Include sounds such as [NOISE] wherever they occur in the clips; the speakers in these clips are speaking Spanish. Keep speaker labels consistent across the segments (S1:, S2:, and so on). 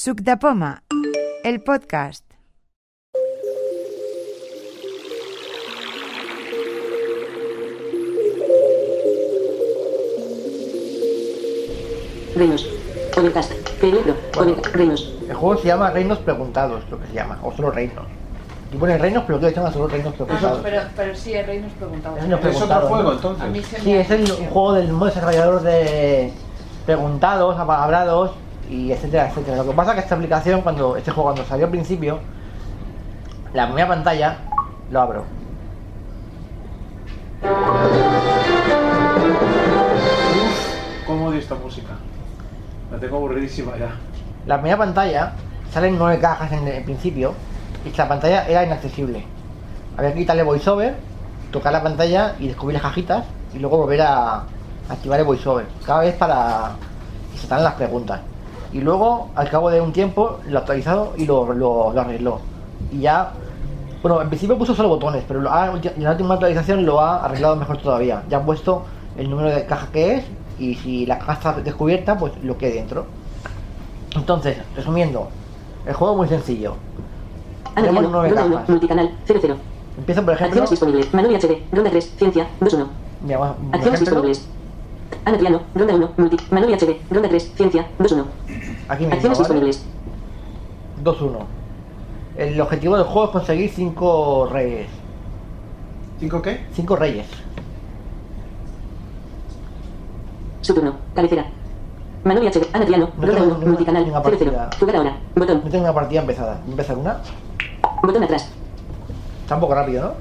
S1: Suc de Poma, el podcast.
S2: Reinos. Podcast. Peligro.
S3: Bueno.
S2: Podcast. Reinos.
S3: El juego se llama Reinos Preguntados, lo que se llama, o solo Reinos. Tú pones Reinos, pero tú le llamas solo Reinos
S4: Ah,
S3: Preguntados.
S4: pero, pero sí, el rey nos preguntaba.
S3: Reinos
S5: Es otro
S3: Preguntados.
S5: juego,
S3: Ah, ¿no?
S4: A mí
S5: entonces.
S4: se me
S3: Sí, es el,
S4: hace-
S3: un juego del mismo desarrollador de Preguntados, Apalabrados y etcétera, etcétera. Lo que pasa es que esta aplicación, cuando este juego cuando salió al principio, la primera pantalla lo abro.
S5: Uf, cómo odio esta música. La tengo aburridísima ya.
S3: La primera pantalla salen nueve cajas en el principio y la pantalla era inaccesible. Había que quitarle voiceover, tocar la pantalla y descubrir las cajitas y luego volver a activar el voiceover. Cada vez para que se salgan las preguntas. Y luego, al cabo de un tiempo, lo actualizado y lo, lo- lo arregló. Y ya, bueno, en principio puso solo botones, pero lo ha- en la última actualización lo ha arreglado mejor todavía. Ya ha puesto el número de cajas que es y si la caja está descubierta, pues lo que hay dentro. Entonces, resumiendo, el juego es muy sencillo.
S2: Analizado.
S3: Tenemos nueve
S2: Ronda 1.
S3: cajas.
S2: Multicanal. 00.
S3: Empieza por ejemplo.
S2: Acciones disponibles. Manuel HD. Ronda 3. Ciencia. 21.
S3: Mira, vamos, por
S2: Acciones
S3: ejemplo,
S2: disponibles. Ana Triano. Ronda 1. Multi. Manuel HD. Ronda 3. Ciencia. 21.
S3: aquí mismo,
S2: Acciones
S3: ¿vale?
S2: disponibles.
S3: 2-1. El objetivo del juego es conseguir 5 reyes.
S5: ¿Cinco qué?
S3: 5 reyes.
S2: Su turno. Cabecera. Manuel HD. Ana Triano.
S3: No
S2: Ronda 1.
S3: tengo ninguna-
S2: Multicanal.
S3: ninguna
S2: 00.
S3: partida.
S2: Jugar ahora.
S3: No
S2: Botón.
S3: tengo una partida empezada. Voy a Empezar una.
S2: Botón atrás.
S3: Está un poco rápido, ¿no?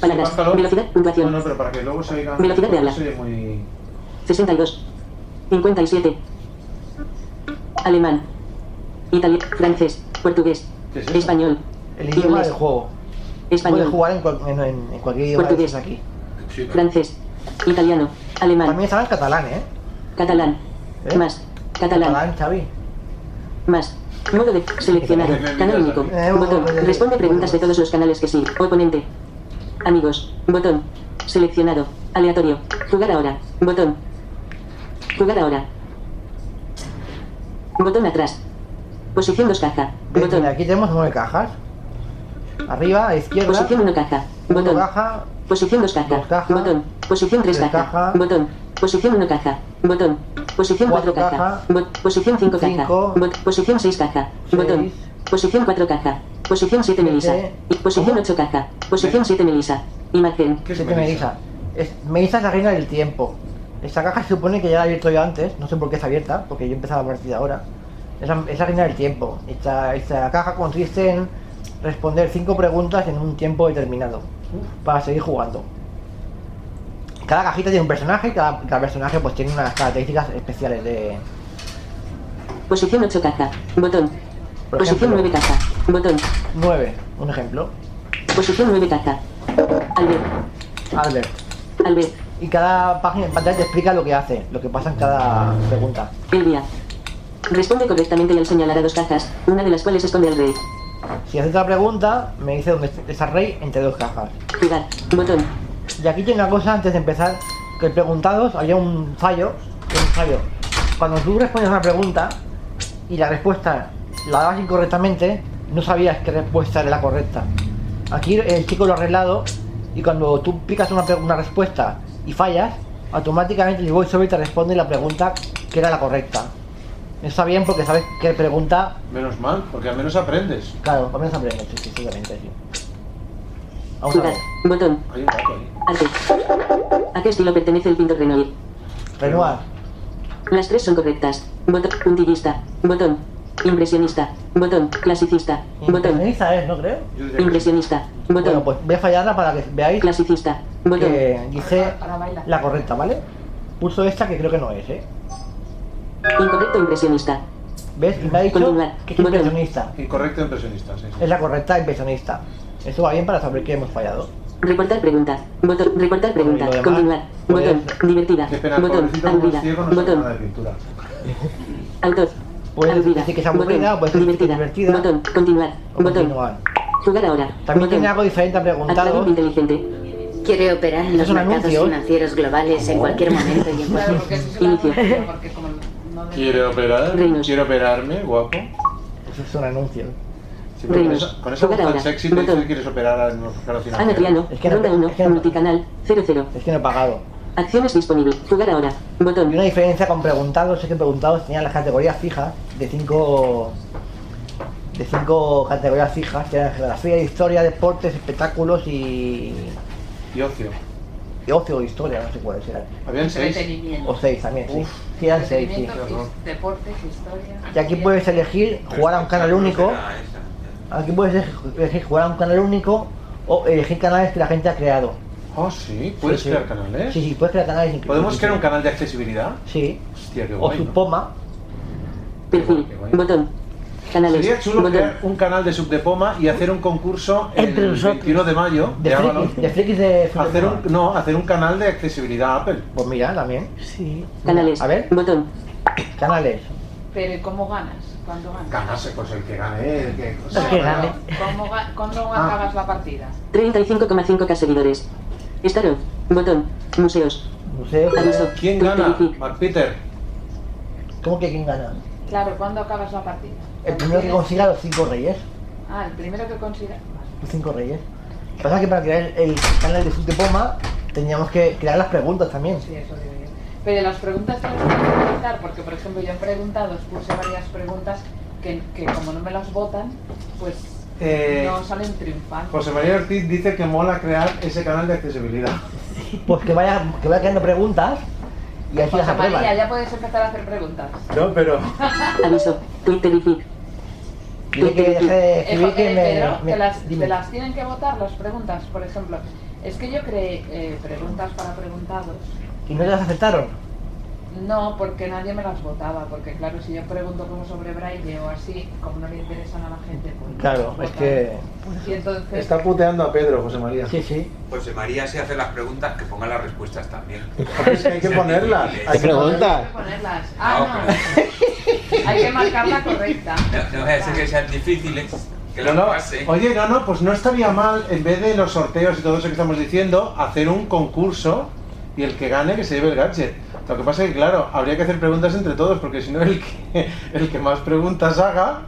S2: Palabras.
S5: más calor.
S2: Velocidad.
S5: No, no,
S2: Puntuación.
S5: pero para que luego se oiga.
S2: Velocidad de habla.
S5: Se oye muy.
S2: 62. 57. Alemán. Italiano. Francés. Portugués.
S5: ¿Qué es eso?
S2: Español.
S3: El idioma
S2: Inglés.
S3: del juego. Puedes
S2: Español.
S3: jugar en, cual- en- en- en cualquier idioma que
S2: Portugués.
S3: estés aquí.
S2: francés, italiano, alemán,
S3: También estaba en catalán, ¿eh?
S2: catalán,
S3: ¿Eh?
S2: más, catalán,
S3: Catalán, Xavi.
S2: más. Modo de seleccionar,
S5: Me- me- me-
S2: canal único,
S3: me- me-
S2: botón,
S3: me- me-
S2: responde preguntas Eh, de todos los canales que sí, oponente, amigos, botón, seleccionado, aleatorio, jugar ahora, botón, jugar ahora, botón atrás, posición 2 caja,
S3: Ven,
S2: botón, Pues
S3: mira, aquí tenemos 9 cajas. Arriba, a izquierda.
S2: posición 1 caja,
S3: una
S2: botón,
S3: caja.
S2: Posición 2 caja.
S3: Dos caja.
S2: Botón. Posición 3
S3: Tres
S2: caja.
S3: caja.
S2: Botón. Posición 1 caja. Botón. Posición 4
S3: Cuatro
S2: caja.
S3: caja.
S2: Bot- Posición 5 caja.
S3: Cinco.
S2: Bot- Posición 6 caja.
S3: Seis.
S2: Botón. Posición 4 caja. Posición 7
S3: Siete.
S2: melisa. Y posición
S3: ¿Cómo?
S2: 8 caja. Posición
S5: Ve.
S2: 7 melisa. Imagen.
S5: ¿Qué
S3: Sí,
S5: es
S3: que me
S5: Melissa?
S3: Es, Melissa es la reina del tiempo. Esta caja se supone que ya la he abierto yo antes, no sé por qué está abierta, porque yo he empezado la partida ahora. Es la, es la reina del tiempo. Esta, esta caja consiste en responder cinco preguntas en un tiempo determinado para seguir jugando. Cada cajita tiene un personaje y cada, cada personaje pues tiene unas características especiales de...
S2: Posición 8 caja. Botón.
S3: Por
S2: Posición
S3: ejemplo.
S2: 9 caja. Botón.
S3: 9, un ejemplo.
S2: Posición 9 caja. Albert.
S3: Albert.
S2: Albert.
S3: Y cada página en pantalla te explica lo que hace, lo que pasa en cada pregunta.
S2: Elvia. Responde correctamente y al señalar a dos cajas, una de las cuales esconde al rey.
S3: Si haces la pregunta, me dice dónde está el rey entre dos cajas.
S2: Jugar. Botón.
S3: Y aquí tiene una cosa antes de empezar, que en preguntados había un fallo, que un fallo. Cuando tú respondes una pregunta y la respuesta la dabas incorrectamente, no sabías qué respuesta era la correcta. Aquí el chico lo ha arreglado y cuando tú picas una, pre- una respuesta y fallas, automáticamente el voiceover te responde la pregunta que era la correcta. Está bien porque sabes qué pregunta,
S5: Menos mal, porque al menos aprendes.
S3: claro, al menos aprendes, sí, sí, seguramente, sí. Vamos a
S2: Jugar.
S3: ver.
S2: Botón.
S5: Hay un gato ahí.
S2: Arte. ¿A qué estilo pertenece el pintor Renoir?
S3: Renoir.
S2: Las tres son correctas. Botón. Puntillista. Botón. Impresionista. Botón. Clasicista. Botón.
S3: Impresionista es, eh, ¿no creo?
S5: Yo diría que-
S2: Impresionista.
S3: Bueno,
S2: Botón.
S3: pues eh, voy a fallarla para que veáis
S2: Clasicista. Botón.
S3: que dice
S4: Ahora baila.
S3: la correcta, ¿vale? Pulso esta que creo que no es, ¿eh?
S2: Incorrecto impresionista.
S3: ¿Ves? Y me ha dicho
S2: Continuar.
S3: que es impresionista.
S5: Incorrecto impresionista, sí. sí.
S3: Es la correcta impresionista. Esto va bien para saber que hemos fallado.
S2: Recortar pregunta. Botón. Recortar pregunta.
S3: Bueno, y lo demás,
S2: Continuar.
S3: pues,
S2: Botón. Divertida.
S5: Qué pena, el
S2: Botón.
S5: pobrecito como es
S2: Aburrida.
S5: ciego no sabe nada de
S2: Botón.
S5: pintura.
S2: Autor.
S3: Puedes
S2: Aburrida.
S3: decir que es aburrida,
S2: Botón.
S3: puedes decir que es divertida.
S2: Botón. Continuar.
S3: O
S2: Botón.
S3: continuar.
S2: Jugar ahora.
S3: También
S2: Botón.
S3: tiene algo diferente a preguntado.
S2: Atractivo inteligente.
S6: Quiere operar en
S3: Esos
S6: los mercados
S3: anuncios.
S6: financieros globales en cualquier momento y en cualquier...
S4: Claro, porque eso es el
S2: Inicio.
S4: anuncio, porque como no Madre
S5: ¿Quiere operar?
S2: Reinos.
S5: ¿Quiere operarme, guapo?
S3: Eso es un anuncio.
S5: Sí, pero con
S2: Reinos.
S5: esa, con esa voz
S2: Jugar
S5: tan
S2: ahora.
S5: sexy te dicen
S2: Botón.
S5: que quieres operar al mercado
S2: Ana
S5: financiero.
S2: Triano,
S3: Es que no-
S2: ronda 1,
S3: es que no-
S2: multicanal, 00.
S3: Es que no he pagado.
S2: Acciones disponibles. Jugar ahora.
S3: Y una
S2: Botón.
S3: diferencia con preguntados es que preguntados tenían las categorías fijas de cinco de cinco categorías fijas, que eran geografía, historia, deportes, espectáculos y,
S5: Y ocio.
S3: y ocio o historia, no sé cuáles eran.
S5: Habían seis.
S4: Entretenimiento.
S3: O seis también, sí.
S5: Uf.
S3: Sí, eran seis, sí.
S4: Entretenimiento, his- deportes, historia.
S3: Y aquí puedes elegir jugar a un canal único, aquí puedes eleg- elegir jugar a un canal único o elegir canales que la gente ha creado.
S5: Oh, sí. ¿Puedes
S3: Sí, sí.
S5: crear canales?
S3: Sí, sí, puedes crear canales incluso.
S5: ¿Podemos crear un canal de accesibilidad?
S3: Sí.
S5: Hostia, qué
S3: O
S5: guay,
S3: su
S5: ¿no?
S3: poma.
S2: Perfil.
S5: Qué guay.
S2: Botón.
S5: Sería
S2: Canales.
S5: chulo
S2: Botón.
S5: crear un canal de Subdepoma y hacer un concurso
S3: Entre
S5: el
S3: nosotros.
S5: 21 de mayo
S3: De
S5: de Avalon.
S3: frikis, de frikis de
S5: Hacer un, no, hacer un canal de accesibilidad a Apple.
S3: Pues mira, también.
S6: Sí.
S2: Canales.
S3: A ver.
S2: Botón.
S3: Canales.
S4: Pero ¿y ¿cómo ganas? ¿Cuándo ganas?
S5: Ganarse, pues el que gane, el que...
S3: El que gane.
S4: ¿Cómo ga- ¿Cuándo
S5: Ah.
S4: acabas la partida?
S2: 35,5k seguidores. Starot. Botón. Museos.
S3: Museos.
S2: Aviso.
S5: ¿Quién
S2: Twitter
S3: [LAUGHS]
S5: gana?
S2: y Kik.
S5: Mark Peter.
S3: ¿Cómo que quién gana?
S4: Claro, ¿cuándo acabas la partida?
S3: El primero que consiga los cinco reyes.
S4: Ah, el primero que consiga.
S3: Los cinco reyes. Lo que pasa es que para crear el canal de Fute Poma teníamos que crear las preguntas también.
S4: Sí, eso debería. Pero las preguntas las puedes analizar, porque por ejemplo yo en preguntados puse varias preguntas que, que como no me las votan, pues
S5: Eh,
S4: no salen triunfantes.
S5: José María Ortiz dice que mola crear ese canal de accesibilidad. [LAUGHS]
S3: Pues que vaya, que vaya creando preguntas y así las
S4: José María,
S3: aprueban.
S4: ya puedes empezar a hacer preguntas.
S5: No, pero...
S2: Aviso. Twitter y Kik.
S3: Dile que deje de
S4: Eh,
S3: escribir que
S4: eh, Pedro,
S3: me-
S4: te,
S3: me.
S4: las,
S3: dime.
S4: te las tienen que votar las preguntas, por ejemplo. Es que yo creé eh, preguntas para preguntados.
S3: ¿Y no te las aceptaron?
S4: No, porque nadie me las votaba, porque claro, si yo pregunto como sobre Braille o así, como no le interesan a la gente, pues... no
S3: Claro,
S4: las
S3: es que.
S4: votan. Y entonces...
S5: Está puteando a Pedro, José María.
S3: Sí, sí.
S7: José María se hace las preguntas, que ponga las respuestas también.
S5: Es que [LAUGHS]
S7: [LAUGHS]
S5: hay que ponerlas. Hay que
S4: Hay que ponerlas. Ah,
S7: No,
S4: no. Hay que marcar la correcta.
S7: No, no vaya a ser que sean difíciles, que
S5: No,
S7: lo
S5: no.
S7: pase.
S5: Oye, no, no, pues no estaría mal, en vez de los sorteos y todo eso que estamos diciendo, hacer un concurso y el que gane que se lleve el gadget. Lo que pasa es que, claro, habría que hacer preguntas entre todos, porque si no, el que, [LAUGHS] el que más preguntas haga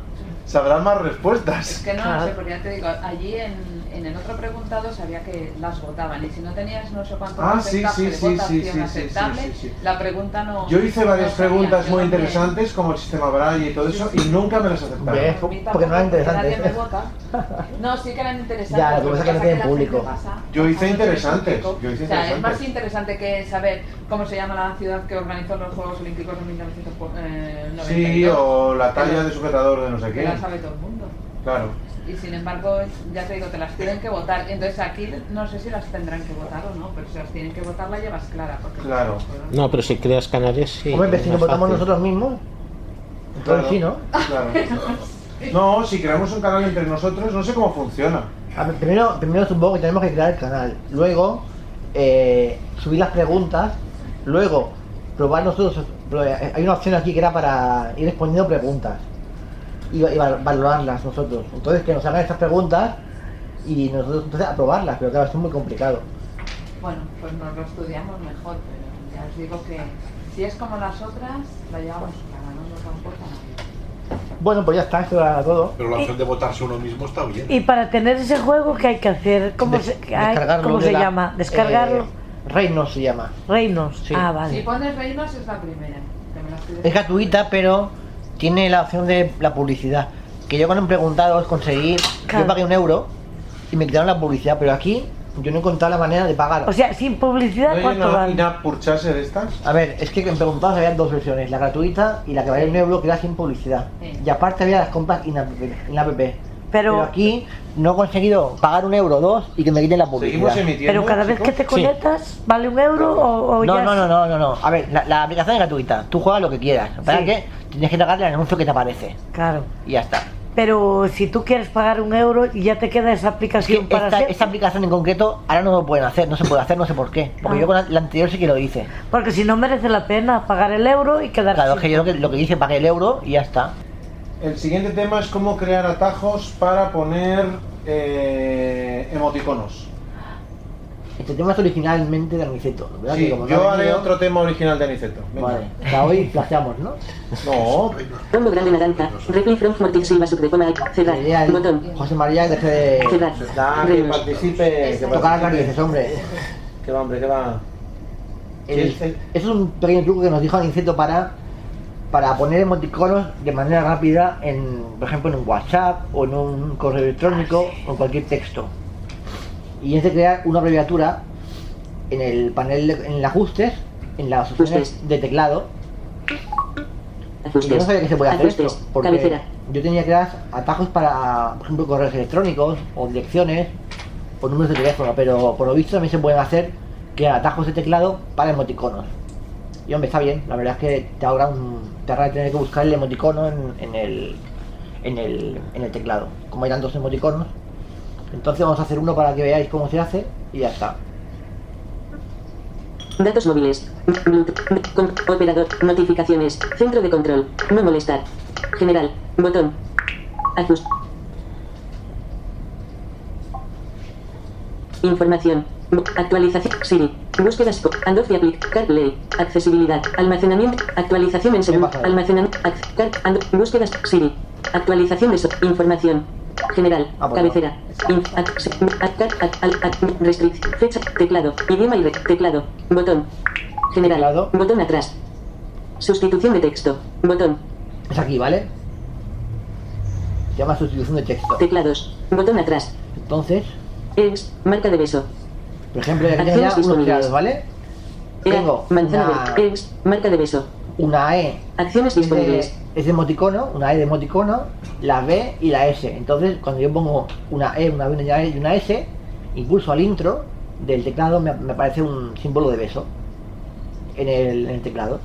S5: sabrá más
S4: Es
S5: respuestas.
S4: que no,
S3: Claro.
S4: no sé, porque ya te digo, allí en, en el otro preguntado sabía que las votaban y si no tenías no sé cuántos
S5: Ah, sí,
S4: porcentaje
S5: sí,
S4: de
S5: sí, sí,
S4: votación
S5: sí, sí,
S4: aceptable,
S5: sí, sí, sí.
S4: la pregunta no...
S5: Yo hice varias
S4: no sabía,
S5: preguntas
S4: yo
S5: muy
S4: también.
S5: interesantes, como el sistema Braille y todo eso, y nunca me las aceptaron.
S3: Ve.
S4: A mí tampoco,
S3: Eh, Porque no eran interesantes.
S4: Nadie me vota. No, sí que eran interesantes.
S3: Ya, lo que pasa es que no
S4: la
S3: tienen
S4: gente
S3: público.
S4: pasa
S5: Yo hice
S4: a no tener
S5: interesantes,
S4: público.
S5: yo hice
S4: o sea, es
S5: interesantes.
S4: más interesante que saber cómo se llama la ciudad que organizó los Juegos Olímpicos de eh, 1992.
S5: Sí, o la talla de sujetador de no sé
S4: Que
S5: qué.
S4: la sabe todo el mundo.
S5: Claro.
S4: Y sin embargo, ya te digo, te las tienen que votar. Entonces aquí no sé si las tendrán que votar o no, pero si las tienen que votar la llevas clara. Porque pues,
S5: Claro.
S6: No, pero si creas canales, sí.
S3: Hombre, pero
S6: es
S3: si nos
S6: más
S3: votamos
S6: fácil.
S3: nosotros mismos, entonces
S5: Claro,
S3: sí, ¿no?
S5: Claro.
S4: [LAUGHS]
S5: No, si creamos un canal entre nosotros, no sé cómo funciona.
S3: A ver, primero, primero supongo que tenemos que crear el canal, luego eh, subir las preguntas, luego probar nosotros. pro- eh, Hay una opción aquí que era para ir respondiendo preguntas y, va- y val- valorarlas nosotros. Entonces que nos hagan estas preguntas y nosotros entonces aprobarlas, pero claro, esto es muy complicado.
S4: Bueno, pues nos lo estudiamos mejor, pero ya os digo que si es como las otras, la llevamos clara, no nos la vota nadie.
S3: Bueno, pues ya está, esto era todo.
S8: Pero la opción de votarse uno mismo está bien.
S6: Y para tener ese juego, ¿qué hay que hacer? ¿Cómo
S3: Des-
S6: se, ay,
S3: descargarlo
S6: ¿cómo
S3: de
S6: se
S3: la-
S6: llama? ¿Descargarlo?
S3: eh, Reinos se llama.
S6: Reinos.
S3: sí.
S6: Ah,
S4: Si
S6: vale.
S4: pones reinos es la primera. que me las pides.
S3: Es gratuita, pero tiene la opción de la publicidad. Que yo cuando me preguntado conseguí,
S6: Claro.
S3: yo pagué un euro y me quitaron la publicidad, pero aquí yo no he encontrado la manera de pagar.
S6: O sea, sin
S5: ¿No
S6: publicidad,
S5: hay
S6: ¿cuánto
S5: una,
S6: vale?
S5: una purchase de estas?
S3: a ver, es que en preguntados había dos versiones, la gratuita y la que valía un euro que era sin publicidad.
S4: Sí.
S3: Y aparte había las compras en la, en la app. Pero,
S6: Pero,
S3: aquí no he conseguido pagar un euro o dos y que me quiten la publicidad.
S5: Seguimos emitiendo.
S6: pero cada vez que
S5: chicos?
S6: te conectas, ¿vale un euro o, o
S3: No,
S6: Oh, ya
S3: no,
S6: es-
S3: no, no, no, no. A ver, la, la aplicación es gratuita. Tú juegas lo que quieras. ¿Para
S6: Sí.
S3: qué? Tienes que tragarle el anuncio que te aparece.
S6: Claro.
S3: Y ya está.
S6: Pero si tú quieres pagar un euro y ya te queda esa
S3: Es que
S6: aplicación para
S3: esta,
S6: hacer.
S3: esta aplicación en concreto ahora no lo pueden hacer, no se puede hacer, no sé por qué. Porque
S6: Ah.
S3: yo con la, la anterior sí que lo hice.
S6: Porque si no merece la pena pagar el euro y quedar
S3: Claro, es
S6: sin-
S3: que yo lo que, lo que hice pagué el euro y ya está.
S5: El siguiente tema es cómo crear atajos para poner eh, emoticonos.
S3: Este tema es originalmente de Aniceto, ¿verdad? Que
S5: Sí,
S3: como no
S5: yo
S3: ha
S5: haré
S3: venido-
S5: otro tema original de Aniceto. Venga.
S3: Vale, para hoy plagiamos, ¿no?
S5: No,
S2: Fondo grande naranja. Replay from Mortis Silva Sucrecoma.
S3: La
S2: Cerrar.
S3: idea es
S2: Botón.
S3: José María que deje de
S2: Cerrar.
S5: da, que
S2: Reyes.
S5: participe. Que
S3: tocar
S5: participe.
S3: narices, hombre.
S5: Que va, hombre, que va.
S3: El-
S5: Sí, sí.
S3: es un pequeño truco que nos dijo Aniceto para, para poner emoticonos de manera rápida, en, por ejemplo, en un WhatsApp o en un correo electrónico o en cualquier texto. Y es de crear una abreviatura en el panel, de- en el ajustes, en las opciones
S2: Ajustes.
S3: de teclado. Y yo no
S2: Ajustes.
S3: sabía Pues que se podía hacer esto,
S2: Ajustes.
S3: porque
S2: Cabecera.
S3: yo tenía creadas atajos para, por ejemplo, correos electrónicos o direcciones o números de teléfono, pero por lo visto también se pueden hacer que atajos de teclado para emoticonos. Y hombre, está bien, la verdad es que te ahorra, un, te ahorra tener que buscar el emoticono en, en el, en, el, en el teclado, como hay tantos emoticonos. Entonces vamos a hacer uno para que veáis cómo se hace y ya está.
S2: Datos móviles. Bluetooth. Con- Operador. Notificaciones. Centro de control. No molestar. General. Botón. Ajust. Información. B- Actualización. Siri. Búsquedas. co- Android y Applic. CarPlay. Accesibilidad. Almacenamiento. Actualización en segundo.
S3: pasado.
S2: Almacenamiento. ac- car- Android. Búsquedas. Siri. Actualización de so- información. General.
S3: Ah, bueno.
S2: Cabecera. Inf- ac- se- ac- car- ac- al- ac- restrict- Fecha. Teclado. Idioma y re- teclado. Botón. General.
S3: Teclado.
S2: Botón atrás. Sustitución de texto. Botón.
S3: Es aquí, ¿vale? Se llama sustitución de texto.
S2: Teclados. Botón atrás.
S3: Entonces,
S2: Ex. Marca de beso.
S3: por ejemplo, ya tengo ya
S2: Acciones
S3: unos
S2: disponibles.
S3: creados, ¿vale?
S2: Era-
S3: Tengo
S2: E. manzana
S3: una-
S2: verde. Ex. Marca de beso.
S3: Una E
S2: Acciones
S3: es de,
S2: disponibles.
S3: es de emoticono, una E de emoticono, la B y la S. Entonces, cuando yo pongo una E, una B, una E y una S, impulso al intro del teclado, me, me aparece un símbolo de beso en el, en el teclado.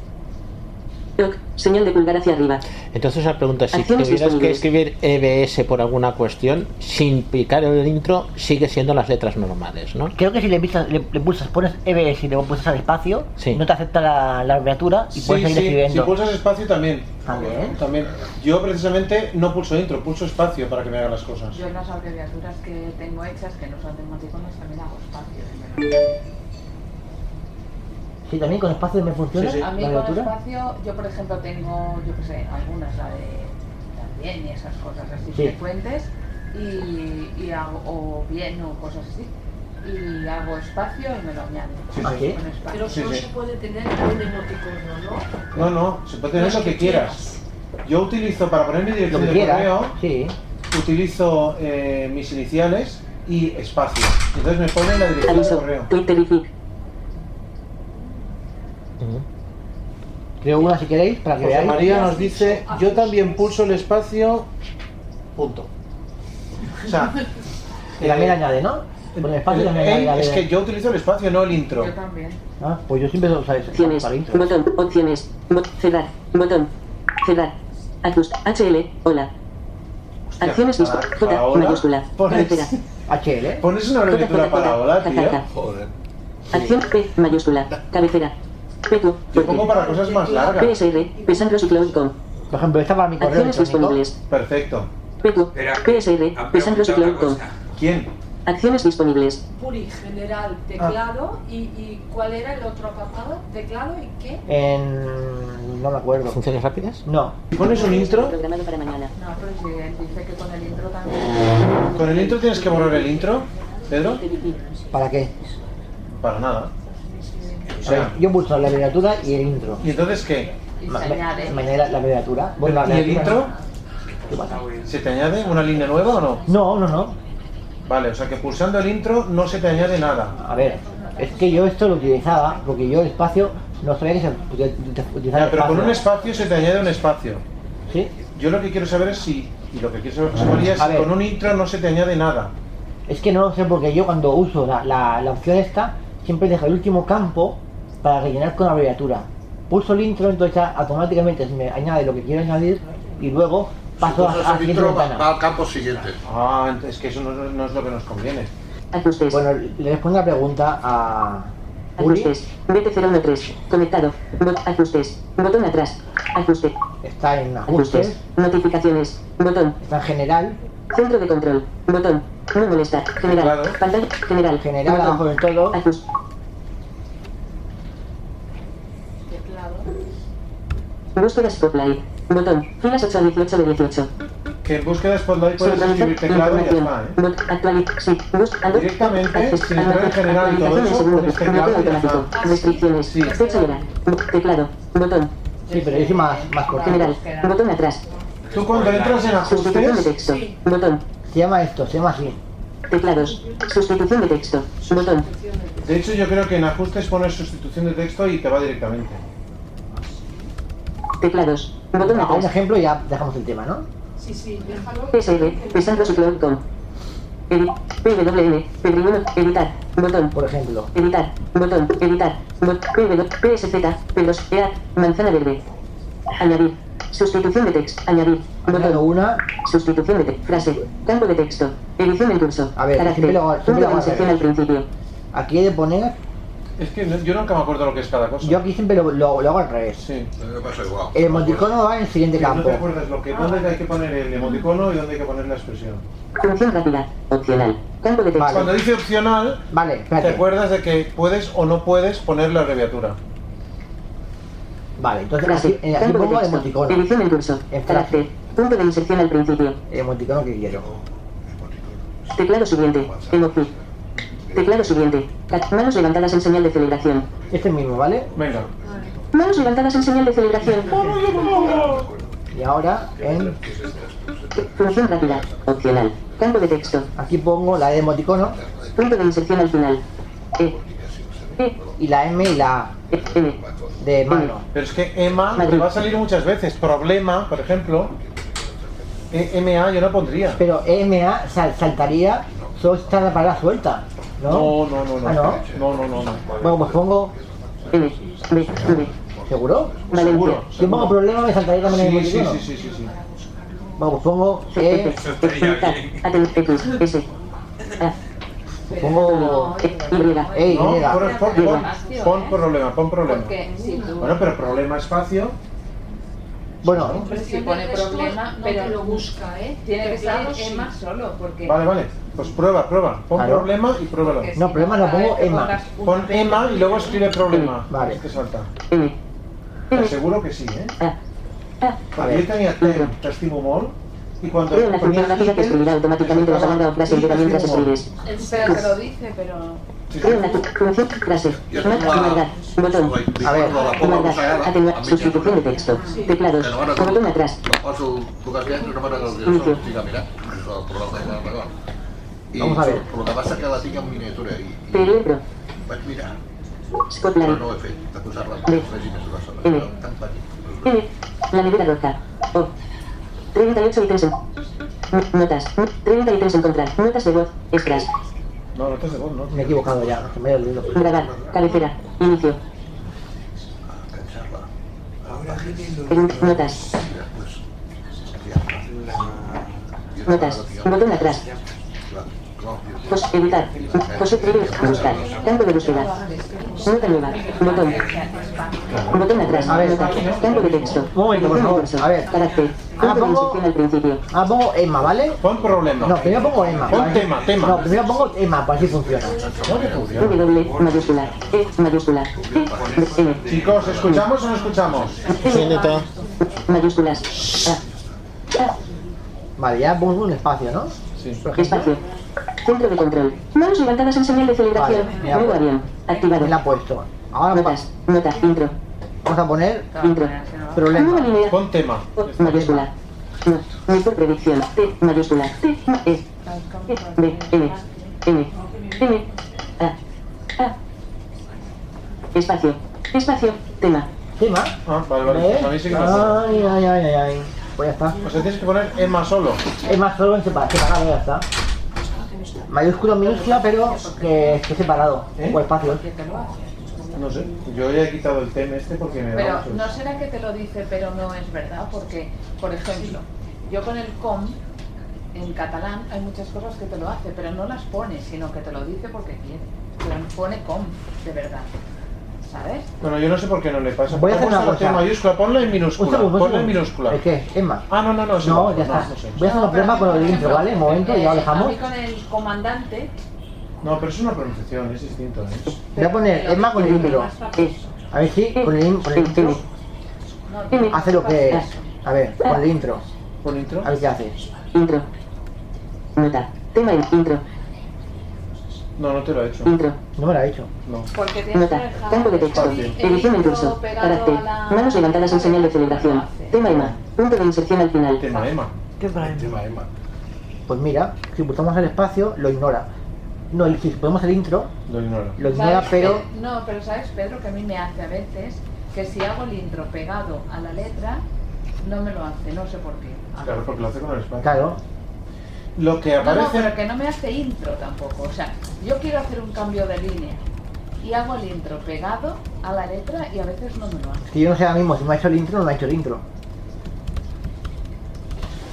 S2: Toc. Señal de pulgar hacia arriba.
S9: Entonces la pregunta es, si
S2: Acciones
S9: tuvieras que
S2: disponibles.
S9: escribir EBS por alguna cuestión, sin picar el intro, sigue siendo las letras normales, ¿no?
S3: Creo que si le, pisas- le- le pulsas, pones EBS y le pulsas al espacio,
S9: Sí.
S3: no te acepta la, la abreviatura y puedes
S5: sí,
S3: seguir
S5: sí, si
S3: escribiendo.
S5: pulsas espacio también.
S3: También.
S5: También. Yo precisamente no pulso intro, pulso espacio para que me hagan las cosas.
S4: Yo las abreviaturas que tengo hechas, que no son de emoticonos, también hago espacio. y me lo-
S3: Sí, también con espacio me funciona
S5: Sí, sí.
S4: A mí
S3: la
S4: con
S3: abreviatura.
S4: espacio, yo por ejemplo tengo, yo qué sé, algunas, la de también y esas cosas así
S3: Sí.
S4: frecuentes, y, y hago, o bien, o cosas así, y hago espacio y me lo añado.
S5: Sí,
S3: Ah,
S5: sí.
S3: sí.
S4: Con espacio.
S10: Pero
S5: Sí,
S10: solo
S5: sí.
S10: se puede tener un emoticono, ¿no?
S5: No, no, se puede tener
S10: Los
S5: lo que
S10: que
S5: quieras. Yo utilizo, para poner mi
S3: Lo
S5: dirección
S3: que
S5: de
S3: quieras.
S5: correo,
S3: Sí.
S5: utilizo eh, mis iniciales y espacio. Entonces me ponen la dirección de
S2: Aviso.
S5: correo.
S2: Twitter y Fic.
S3: Creo una si queréis para que
S5: José
S3: veáis.
S5: María nos dice, yo también pulso el espacio, punto. O sea,
S3: [LAUGHS] Y también
S5: eh,
S3: añade, ¿no? Con el espacio
S5: el-
S8: Eh,
S3: también
S5: el-
S3: añade.
S5: es que yo utilizo el espacio, no el intro.
S4: Yo también.
S3: Ah, pues yo siempre lo usaré
S2: Opciones.
S3: para intro.
S2: Botón. Opciones. Bo- cerrar. Botón. Cerrar. Ajust. HL. Hola.
S5: Hostia,
S2: Acciones
S5: para-
S2: disponibles.
S5: para
S2: J.
S5: hola,
S2: Mayúscula. Cabecera.
S5: Pones,
S3: HL.
S5: pones una
S2: J.
S5: abreviatura para hola, tío.
S8: Joder.
S2: Acción P. Mayúscula. Cabecera. Petu.
S5: Yo pongo
S2: Fuerte.
S5: para cosas más largas.
S2: PSR. Pesandros y Cloud.com.
S3: Por ejemplo, esta para mi correo
S2: Acciones
S3: electrónico.
S2: disponibles.
S5: Perfecto.
S2: Petu.
S7: Espera,
S2: PSR.
S7: han
S2: Pesandros y
S7: preguntado
S2: Cloud.com.
S7: una cosa.
S5: ¿Quién?
S2: Acciones disponibles.
S10: Puri, general,
S3: Ah.
S10: teclado y, y ¿cuál era el otro apartado? ¿Teclado y qué?
S3: En. No me acuerdo.
S9: ¿Funciones rápidas?
S3: No.
S5: ¿Pones un intro?
S2: Programado para mañana.
S4: No, pero si dice que con el intro también.
S5: ¿Con el intro tienes que borrar el intro, Pedro?
S3: ¿Para qué?
S5: Para nada. O
S3: A ver,
S5: sea,
S3: yo pulso la abreviatura y el intro.
S5: ¿y entonces qué?
S4: Y
S3: Ma-
S4: se
S3: me-
S4: añade.
S3: me añade la, la abreviatura. Bueno, la
S5: ¿Y el
S3: abreviatura
S5: intro?
S3: no. ¿Qué pasa?
S5: ¿Se te añade una línea nueva o no?
S3: No, no, no.
S5: Vale, o sea que pulsando el intro no se te añade nada.
S3: A ver, es que yo esto lo utilizaba porque yo el espacio no sabía que se podía utilizar.
S5: Ya, pero con un
S3: espacio.
S5: espacio se te añade un espacio.
S3: Sí.
S5: Yo lo que quiero saber es si, y lo que quiero saber José María, es
S3: A
S5: si
S3: ver.
S5: con un intro no se te añade nada.
S3: Es que no lo sé porque yo cuando uso la, la- la opción esta, siempre dejo el último campo para rellenar con la abreviatura. Pulso el intro, entonces ya automáticamente se me añade lo que quiero añadir y luego paso a, a la siguiente ventana.
S8: va al campo siguiente.
S5: Ah, ent- es que eso no, no es lo que nos conviene.
S2: Ajustes.
S3: Bueno, le respondo la pregunta a Uri.
S2: Ajustes. BT013. Conectado. Bot- Ajustes. Botón atrás. Ajuste.
S3: Está en
S2: Ajustes.
S3: ajustes,
S2: Notificaciones. Botón.
S3: está en general.
S2: Centro de control. Botón. No molesta. General.
S5: Claro.
S2: Pantalla. General.
S3: General, abajo del todo.
S2: Acus-
S10: Teclado.
S2: Búsqueda Spotlight. Botón. Filas 8 a 18 de 18.
S5: Que en búsqueda Spotlight puedes
S2: Sincronizar
S5: escribir teclado y ya
S2: información.
S5: está, ¿eh?
S2: Bot. Actualiz. Sí. Bus. Algo.
S5: Directamente,
S2: Acceso.
S5: sin entrar en general y todo
S2: Actualización en
S5: eso,
S2: segundo.
S5: pones teclado y
S2: Formato
S5: ya
S2: automático.
S10: está.
S2: Restricciones.
S5: Sí.
S2: Fecha y hora. Bo- Teclado. Botón.
S3: Sí, pero dice más, más corto.
S2: General.
S5: Ah,
S2: Botón atrás.
S5: ¿eh? Tú cuando entras en
S2: Sustitución de
S5: ajustes,
S2: texto.
S10: Sí.
S2: Botón.
S3: Se llama esto, se llama así.
S2: Teclados. Sustitución de texto. Botón.
S5: de hecho yo creo que en ajustes pones sustitución de texto y te va directamente.
S2: Teclados. Botón
S3: A un
S2: atrás.
S3: ejemplo ya dejamos el tema, ¿no?
S10: Sí, sí, déjalo.
S2: PSR. Pesando su cloud com. Edit. PWN. Pedrino. Editar. Botón.
S3: Por ejemplo.
S2: Editar. Botón. Editar. Bot. PW. PSZ. P2. EA. E Manzana verde. Añadir. Sustitución de texto. Añadir.
S3: Añado
S2: Botón.
S3: una.
S2: Sustitución de texto. Frase. Campo de texto. Edición en curso.
S3: A ver,
S2: Carácter.
S3: siempre lo hago- siempre
S2: Punto
S3: lo hago
S2: con
S3: al
S2: sección al
S3: revés.
S2: principio.
S3: Aquí he de poner.
S5: Es que no- yo nunca me acuerdo lo que es cada cosa.
S3: Yo Eh, aquí siempre lo, lo- lo hago al revés.
S5: Sí.
S8: Me pasa igual.
S3: El emoticono va en el siguiente
S5: Pero no
S3: campo.
S5: te acuerdas lo que, dónde hay que poner el emoticono y dónde hay que poner la expresión.
S2: Función rápida. Opcional. Campo de texto.
S3: Vale.
S5: Cuando dice opcional,
S3: Vale,
S5: te
S3: espérate.
S5: acuerdas de que puedes o no puedes poner la abreviatura.
S3: Vale, entonces
S2: Frase.
S3: aquí, eh, aquí
S2: Campo de
S3: pongo el
S2: texto.
S3: emoticono.
S2: Edición en curso.
S3: En frase.
S2: Carácter. Punto de inserción al principio.
S3: El emoticono que quiero.
S2: Teclado siguiente. Emoji. Teclado siguiente. Ca- Manos levantadas en señal de celebración.
S3: Este mismo, ¿vale?
S5: Venga.
S2: Manos levantadas en señal de celebración.
S3: Y ahora en,
S2: Función rápida. Opcional. Campo de texto.
S3: aquí pongo la E de emoticono
S2: Punto de inserción al final. E. E.
S3: y la M y la A
S2: E. M.
S3: de mano.
S5: Pero es que Emma
S2: Madrid.
S5: te va a salir muchas veces. Problema, por ejemplo. EMA yo no pondría.
S3: Pero EMA sal- saltaría, solo está la palabra suelta, ¿no?
S5: No, no, no, no.
S3: Ah, ¿no?
S5: no, no, no, no.
S3: Bueno, pues pongo,
S2: M. B. V.
S3: ¿seguro?
S2: Valencia.
S5: Seguro.
S3: Si pongo problema me saltaría también
S5: Sí,
S3: el
S5: sí,
S3: emoticono.
S5: sí, sí, sí, sí.
S3: Bueno, pues pongo E,
S2: F. Expulsar. Aten. X. S. A.
S3: pongo
S2: E. Y.
S3: E y
S5: No,
S3: griega.
S5: pon, pon- pon- pon problema, pon problema.
S4: Porque si tú
S5: Bueno, pero problema, espacio.
S3: Bueno,
S4: si pone problema,
S10: no
S4: pero
S10: te lo busca, ¿eh?
S4: tiene que ser
S10: Teclado, sí.
S4: Emma solo, porque
S5: Vale, vale. Pues prueba, prueba. Pon
S3: Claro.
S5: problema y pruébalo.
S4: porque
S3: No,
S4: si
S3: problema lo
S4: cada
S3: pongo
S4: vez que
S3: Emma.
S4: pongas una
S5: Pon
S4: vez-
S5: Emma y luego escribe problema.
S3: Vale.
S5: Este salta.
S2: M.
S5: Te
S2: M.
S5: aseguro que sí, ¿eh?
S2: A. Ah, A. Ah,
S5: Porque yo tenía ten, testing humor y cuando
S2: Creo en la función
S5: ponía
S2: rápida que
S5: ítem,
S2: escribirá automáticamente la palabra o frase entera mientras
S5: testing humor.
S2: escribes.
S4: El pero te lo dice, pero
S5: Sí,
S2: Creo en la
S5: sí.
S2: fu- función frase.
S8: Yo
S2: Mat-
S8: tengo la-
S2: Humanidad. Botón.
S3: A ver,
S2: Humanidad. Atenuar. Sustitución de texto. Teclados. Botón atrás. Inicio.
S3: Vamos a ver.
S8: Por lo que pasa es que la tinc en miniatura i, i
S2: Perímetro.
S8: vaig mirar, però
S2: Spotlight.
S8: no ho he fet, de posar-la
S2: Bé.
S8: en pàgines d'una sola,
S2: Bé.
S8: era tan petit.
S2: N. La nevera roja. O. 38 ítems en... N- Notas. N- 30 ítems encontrar. Notas de voz. Extras.
S5: No, no te de voz, no.
S3: me he equivocado ya, se me ha ido el dedo.
S2: Grabar. Cabecera. Inicio.
S8: Cansar-la.
S2: En- Notas.
S8: I després, enviar-la. I llavors,
S2: Notas. Botón atrás.
S8: clar, clar, dius,
S2: Jos- editar. José Pérez. Buscar. Campo de búsqueda. Nota nueva. Botón. Botón atrás.
S3: A ver,
S2: Nota. Campo de texto.
S3: Un momento, por favor. A ver.
S2: Carácter.
S3: Ah,
S2: Punto de
S3: pongo-
S2: inserción al principio.
S3: Ah, pongo EMA, ¿vale?
S5: Pon problema.
S3: No, primero pongo EMA.
S5: Pon
S3: ¿vale?
S5: tema, tema.
S3: No, primero pongo EMA, pues así funciona.
S2: W mayúscula. E mayúscula. E. N.
S5: Chicos, ¿escuchamos o no escuchamos?
S9: Sí, Neto.
S2: Mayúsculas. Ah. A. A.
S3: Vale, ya pongo un espacio, ¿no?
S5: Sí.
S3: Por ejemplo,
S2: Espacio. Centro de control. Manos levantadas en señal de celebración.
S3: Vale, me la
S2: Nuevo
S3: pongo.
S2: avión. Activado.
S3: me la he puesto. Ahora pa-
S2: Notas. Nota. Intro.
S3: vamos a poner
S2: Intro. Nueva
S3: problema.
S2: línea.
S5: Pon tema.
S2: O mayúscula. No. Mejor predicción. T mayúscula. T. ma- E. E. B. N. N. N. A. A. Espacio. Espacio. Tema.
S3: Tema.
S5: Ah, vale, vale. A mí sí
S3: ¿Eh?
S5: que me acuerdo.
S3: Ay, ay, ay, ay, ay. Pues ya está.
S5: O sea, tienes que poner Emma solo.
S3: Es más solo en sepa- separado, ya está. Mayúscula, minúscula, pero que esté separado.
S5: ¿Eh?
S3: O espacio.
S4: que te lo hace.
S5: No sé. Yo ya he quitado el tema este porque me da
S4: Pero
S5: mucho-
S4: no será que te lo dice, pero no es verdad, porque, por ejemplo, yo con el com, en catalán hay muchas cosas que te lo hace, pero no las pone, sino que te lo dice porque quiere. Pero pone com, de verdad. ¿sabes?
S5: Bueno, yo no sé por qué no le pasa.
S3: Voy a hacer
S5: Pongo
S3: una
S5: la opción
S3: cosa.
S5: mayúscula, ponla en minúscula.
S3: Un segundo, un
S5: ponla en
S3: segundo.
S5: minúscula.
S3: ¿El qué? Emma.
S5: Ah, no, no, no. sí,
S3: No, ya
S5: no,
S3: está.
S5: no sé.
S3: Voy a hacer un problema con lo del intro, ¿vale? Un momento,
S10: Eh,
S3: ya lo
S10: a
S3: dejamos.
S10: mí con el comandante,
S5: No, pero es una pronunciación, es distinto. ¿eh?
S3: Voy a poner Emma con el intro. A ver si, con el, in- con el intro, hace lo que. A ver, con el intro.
S5: ¿Con intro?
S3: A ver qué hace.
S2: Intro. Nota. Tema in- intro.
S5: No, no te lo he hecho.
S2: Intro.
S3: No me lo ha hecho.
S5: No.
S10: porque tienes que
S2: Nota.
S10: dejar
S2: Campo de texto.
S10: el- el
S2: Edición en
S10: intro
S2: curso.
S10: pegado
S2: Carácter.
S10: a la-
S2: Manos levantadas en señal de celebración. Tema Emma. Punto de inserción al final.
S5: Tema Emma.
S8: El tema Emma.
S3: Pues mira, si pulsamos el espacio, lo ignora. No, el- si ponemos el intro,
S5: Lo ignoro.
S3: lo ignora,
S4: ¿Sabes?
S3: pero.
S4: Pe- No, pero sabes, Pedro, que a mí me hace a veces que si hago el intro pegado a la letra, no me lo hace, no sé por qué.
S5: Claro, porque lo hace con el espacio.
S3: Claro,
S5: Lo que
S4: No, no,
S5: aparece.
S4: pero que no me hace intro tampoco. O sea, yo quiero hacer un cambio de línea y hago el intro pegado a la letra y a veces no me lo hace.
S3: si yo no sé ahora mismo si me ha hecho el intro o no me ha hecho el intro.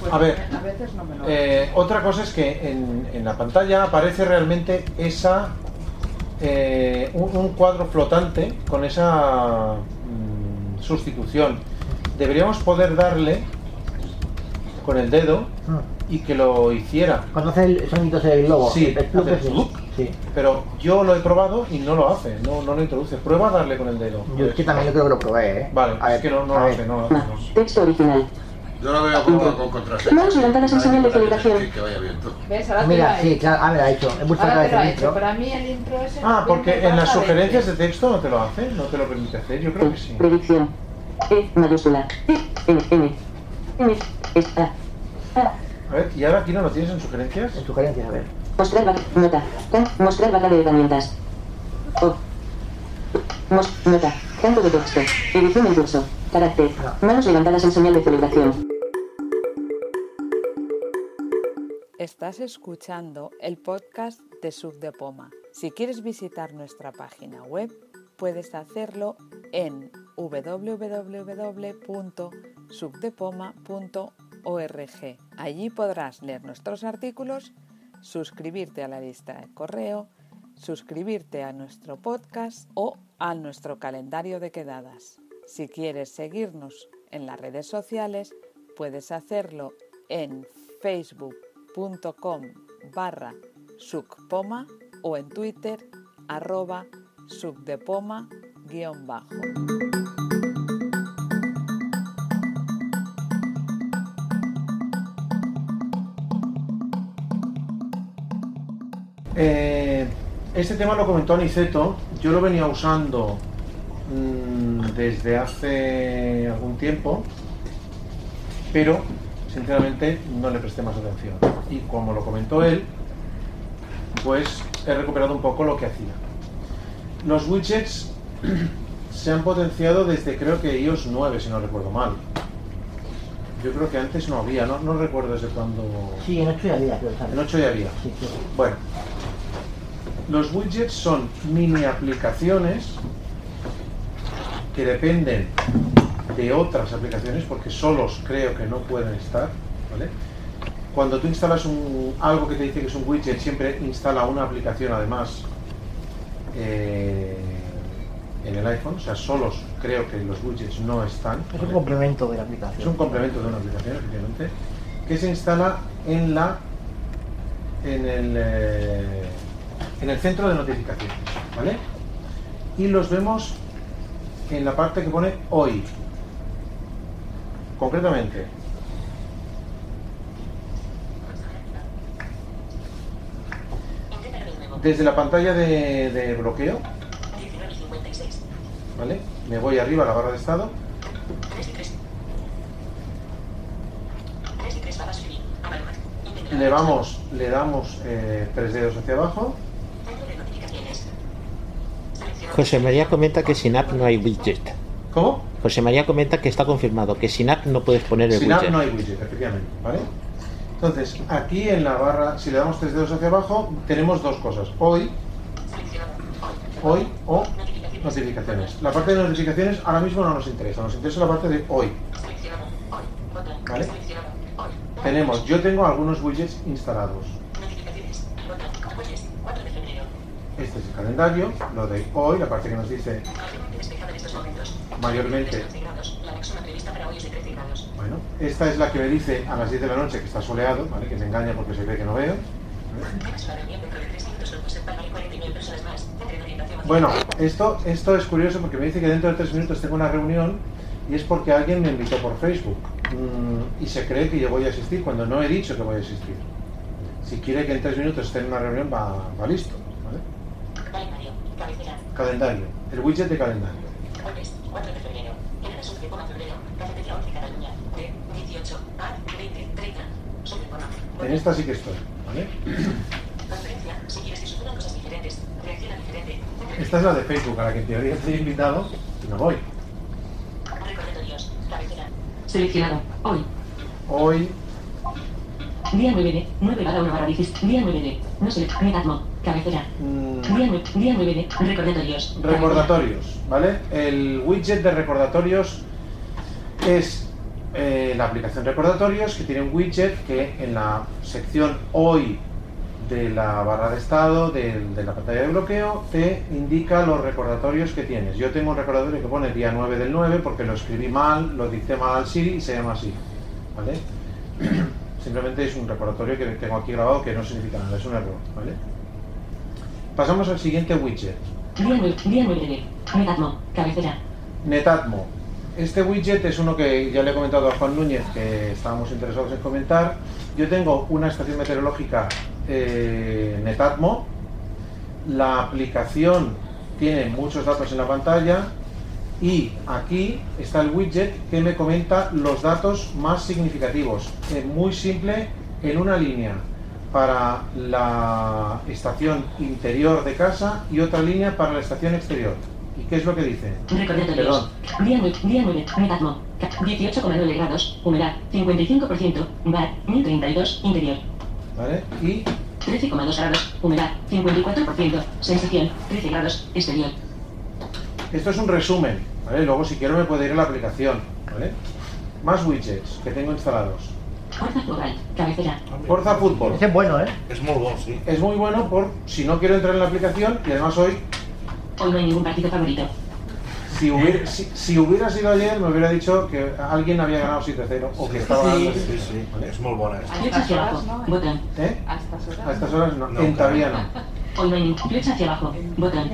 S4: Pues
S5: A ver,
S4: A veces no me lo hace.
S5: Eh, otra cosa es que en, en la pantalla aparece realmente esa eh, un, un cuadro flotante con esa mm, sustitución. Deberíamos poder darle con el dedo
S3: Mm.
S5: y que lo hiciera,
S3: Cuando hace el sonido del globo,
S5: Sí,
S3: el plug
S5: hace
S3: ese.
S5: plug.
S3: Sí.
S5: pero yo lo he probado y no lo hace, no, no lo introduce. Prueba a darle con el dedo.
S3: Yo es que también yo creo que lo probé, ¿eh?
S5: Vale,
S3: a ver,
S5: es que no, no
S3: a
S5: lo
S3: ver.
S5: hace, no lo hace.
S2: Emma.
S5: no.
S2: Texto original.
S8: Yo lo veo como con contraseña.
S2: Manos levantadas en señal de celebración.
S8: Que vaya bien tú.
S4: ¿Ves? Ahora te lo
S3: Mira,
S4: ha
S3: sí,
S4: hecho.
S3: claro, ah, me lo ha hecho. He buscado otra vez
S4: Ahora te lo
S3: el
S4: ha hecho.
S3: intro.
S4: Para mí el intro es...
S5: Ah, porque en las sugerencias de texto no te lo hace, no te lo permite hacer, yo creo que sí.
S2: Predicción. E mayúscula. E, N, N. N. Es A. A.
S5: A ver, ¿y ahora aquí no lo tienes en sugerencias?
S3: En sugerencias, a ver.
S2: Mostrar vaca. Nota. Can- Mostrar vaca de herramientas. O. Mos, nota. Campo de texto. Edición en curso. Carácter. Manos levantadas en señal de celebración.
S4: Estás escuchando el podcast de Sub de Poma. Si quieres visitar nuestra página web, puedes hacerlo en www.subdepoma.org. Allí podrás leer nuestros artículos, suscribirte a la lista de correo, suscribirte a nuestro podcast o a nuestro calendario de quedadas. Si quieres seguirnos en las redes sociales, puedes hacerlo en facebook.com barra sucpoma o en twitter arroba sucdepoma guión bajo.
S5: Eh, este tema lo comentó Aniceto, yo lo venía usando mm, desde hace algún tiempo, pero sinceramente no le presté más atención. Y como lo comentó él, pues he recuperado un poco lo que hacía. Los widgets [CLEARS THROAT] se han potenciado desde creo que iOS 9, si no recuerdo mal. Yo creo que antes no había, no, no recuerdo desde cuándo...
S3: Sí, en 8 ya había, creo,
S5: En
S3: ¿sabes?
S5: 8 ya había.
S3: Sí, sí.
S5: Bueno, los widgets son mini aplicaciones que dependen de otras aplicaciones porque solos creo que no pueden estar. ¿vale? Cuando tú instalas un, algo que te dice que es un widget, siempre instala una aplicación además eh, en el iPhone. O sea, solos creo que los widgets no están.
S3: Es un
S5: ¿vale?
S3: complemento de la
S5: Es un
S3: aplicación.
S5: complemento de una aplicación, efectivamente, que se instala en la en el, eh, en el centro de notificaciones, ¿vale? Y los vemos en la parte que pone hoy. Concretamente. Desde la pantalla de, de bloqueo, ¿vale? Me voy arriba a la barra de estado le vamos, le damos eh, tres dedos hacia abajo.
S9: José María comenta que sin app no hay widget.
S5: ¿Cómo?
S9: José María comenta que está confirmado que sin app no puedes poner el
S5: Sin app
S9: widget.
S5: no hay widget, efectivamente, ¿vale? Entonces, aquí en la barra, si le damos tres dedos hacia abajo, tenemos dos cosas. Hoy, hoy o notificaciones. La parte de notificaciones ahora mismo no nos interesa, nos interesa la parte de hoy. ¿Vale? Tenemos, yo tengo algunos widgets instalados. Este es el calendario, lo de hoy, la parte que nos dice mayormente. Bueno, esta es la que me dice a las 10 de la noche que está soleado, ¿vale? Que se engaña porque se cree que no veo. Bueno, esto, esto es curioso porque me dice que dentro de tres minutos tengo una reunión y es porque alguien me invitó por Facebook Mm, y se cree que yo voy a asistir cuando no he dicho que voy a asistir. Si quiere que en tres minutos esté en una reunión, va, va listo. ¿vale?
S11: Calendario. Cabecera.
S5: Calendario, el widget de calendario.
S11: Jueves, 4 de febrero. En Resurge, coma febrero. Cafetería 11 Cataluña. De 18 a 20, 30. Sube, coma.
S5: En esta sí que estoy. ¿vale?
S11: Conferencia. Si quieres que sucedan cosas diferentes, reacciona diferente.
S5: Esta es la de Facebook a la que en teoría estoy invitado y no voy.
S11: Recordatorios. Cabecera.
S2: Seleccionado. Hoy.
S5: Hoy,
S2: Día 9 de. 9 barra 1 barra 10. Día 9 de. No sé. Regatmo. Cabecera.
S5: mm,
S2: Día 9, día 9 de. Recordatorios.
S5: Recordatorios, ¿vale? El widget de recordatorios es eh, la aplicación recordatorios que tiene un widget que en la sección hoy de la barra de estado del- de, la pantalla de bloqueo te indica los recordatorios que tienes. Yo tengo un recordatorio que pone día 9 del 9 porque lo escribí mal, lo dicté mal al Siri y se llama así, ¿vale? [CLEARS THROAT] Simplemente es un recordatorio que tengo aquí grabado que no significa nada, es un error, ¿vale? Pasamos al siguiente widget.
S2: Día 9, día 9 de. Regatmo. Cabecera.
S5: Netatmo. Este widget es uno que ya le he comentado a Juan Núñez que estábamos interesados en comentar. Yo tengo una estación meteorológica eh, Netatmo. La aplicación tiene muchos datos en la pantalla y aquí está el widget que me comenta los datos más significativos. Es muy simple, en una línea para la estación interior de casa y otra línea para la estación exterior. ¿Y qué es lo que dice? Perdón.
S2: Recordatorios. Día 9, día 9, regatmo. Ca- 18,9 grados, humedad 55%, bar 1032, interior.
S5: ¿Vale? Y
S2: 13,2 grados, humedad 54%, sensación 13 grados, exterior.
S5: Esto es un resumen, ¿vale? Luego si quiero me puedo ir a la aplicación, ¿vale? Más widgets que tengo instalados.
S2: Forza Fogal, cabecera.
S5: Forza Fútbol.
S3: Ese es bueno, ¿eh?
S5: Es muy bueno, sí. Es muy bueno por si no quiero entrar en la aplicación y además hoy,
S2: Hoy no hay ningún partido favorito.
S5: si hubiera, si, si hubiera sido ayer, me hubiera dicho que alguien había ganado 7-0 o que estaba ganando.
S8: Sí, sí,
S5: 7-0,
S8: sí.
S5: ¿vale?
S8: Es muy buena esta.
S2: Flecha hacia abajo, botón.
S5: ¿Eh?
S2: A estas horas.
S5: A estas horas no,
S8: No,
S5: en
S8: claro.
S5: Taviano.
S2: Hoy no hay ningún. Flecha hacia abajo, botón.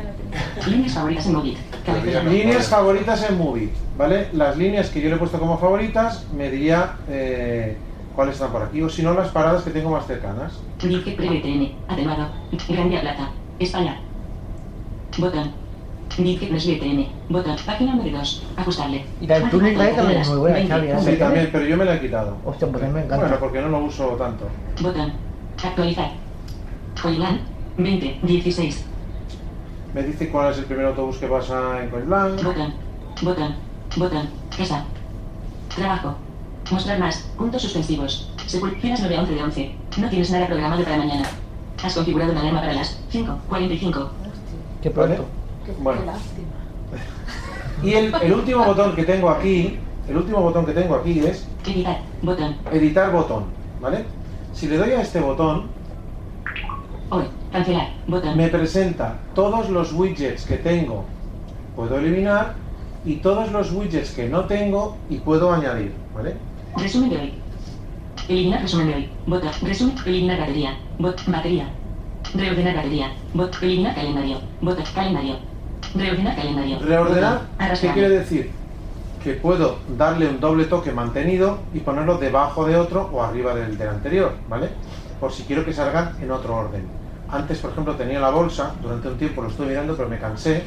S2: Líneas favoritas en Movit. Cabecera.
S5: Líneas favoritas en Movie, ¿vale? Las líneas que yo le he puesto como favoritas me diría eh, cuáles están por aquí o si no las paradas que tengo más cercanas.
S2: Dirige breve TN, atenuado. Gran Vía Plata, España. Botón. Dirige breve TN, botón. Página número 2, ajustable.
S3: Y la del túnel Ray también es muy buena, Xavi, ¿eh?
S5: Sí, también, pero yo me la he quitado.
S3: Hostia, pues a mí me encanta.
S5: Bueno, porque no lo uso tanto.
S2: Botón. Actualizar. Coilán, 20, 16.
S5: Me dice cuál es el primer autobús que pasa en Coislán.
S2: Botón. Botón. Botón. Casa. Trabajo. Mostrar más. Puntos suspensivos. Secuencias 9 a 11 de 11. No tienes nada programado para mañana. Has configurado una alarma para las 5.45.
S3: Qué pronto.
S5: Bueno. Y el, el último botón que tengo aquí, el último botón que tengo aquí es
S2: Editar. Botón.
S5: editar botón, ¿vale? Si le doy a este botón,
S2: Hoy. Cancelar. Botón.
S5: me presenta todos los widgets que tengo, puedo eliminar, y todos los widgets que no tengo y puedo añadir, ¿vale?
S2: Resumen de hoy. Eliminar resumen de hoy. Botón. Resumen. Eliminar batería. Bot. Batería. Reordenar batería. Bot. Eliminar calendario. Botón. Calendario. Reordenar calendario.
S5: Reordenar,
S2: Botón.
S5: ¿qué
S2: Arrastrar.
S5: quiere decir? Que puedo darle un doble toque mantenido y ponerlo debajo de otro o arriba del, del anterior, ¿vale? Por si quiero que salgan en otro orden. Antes, por ejemplo, tenía la bolsa, durante un tiempo lo estuve mirando, pero me cansé.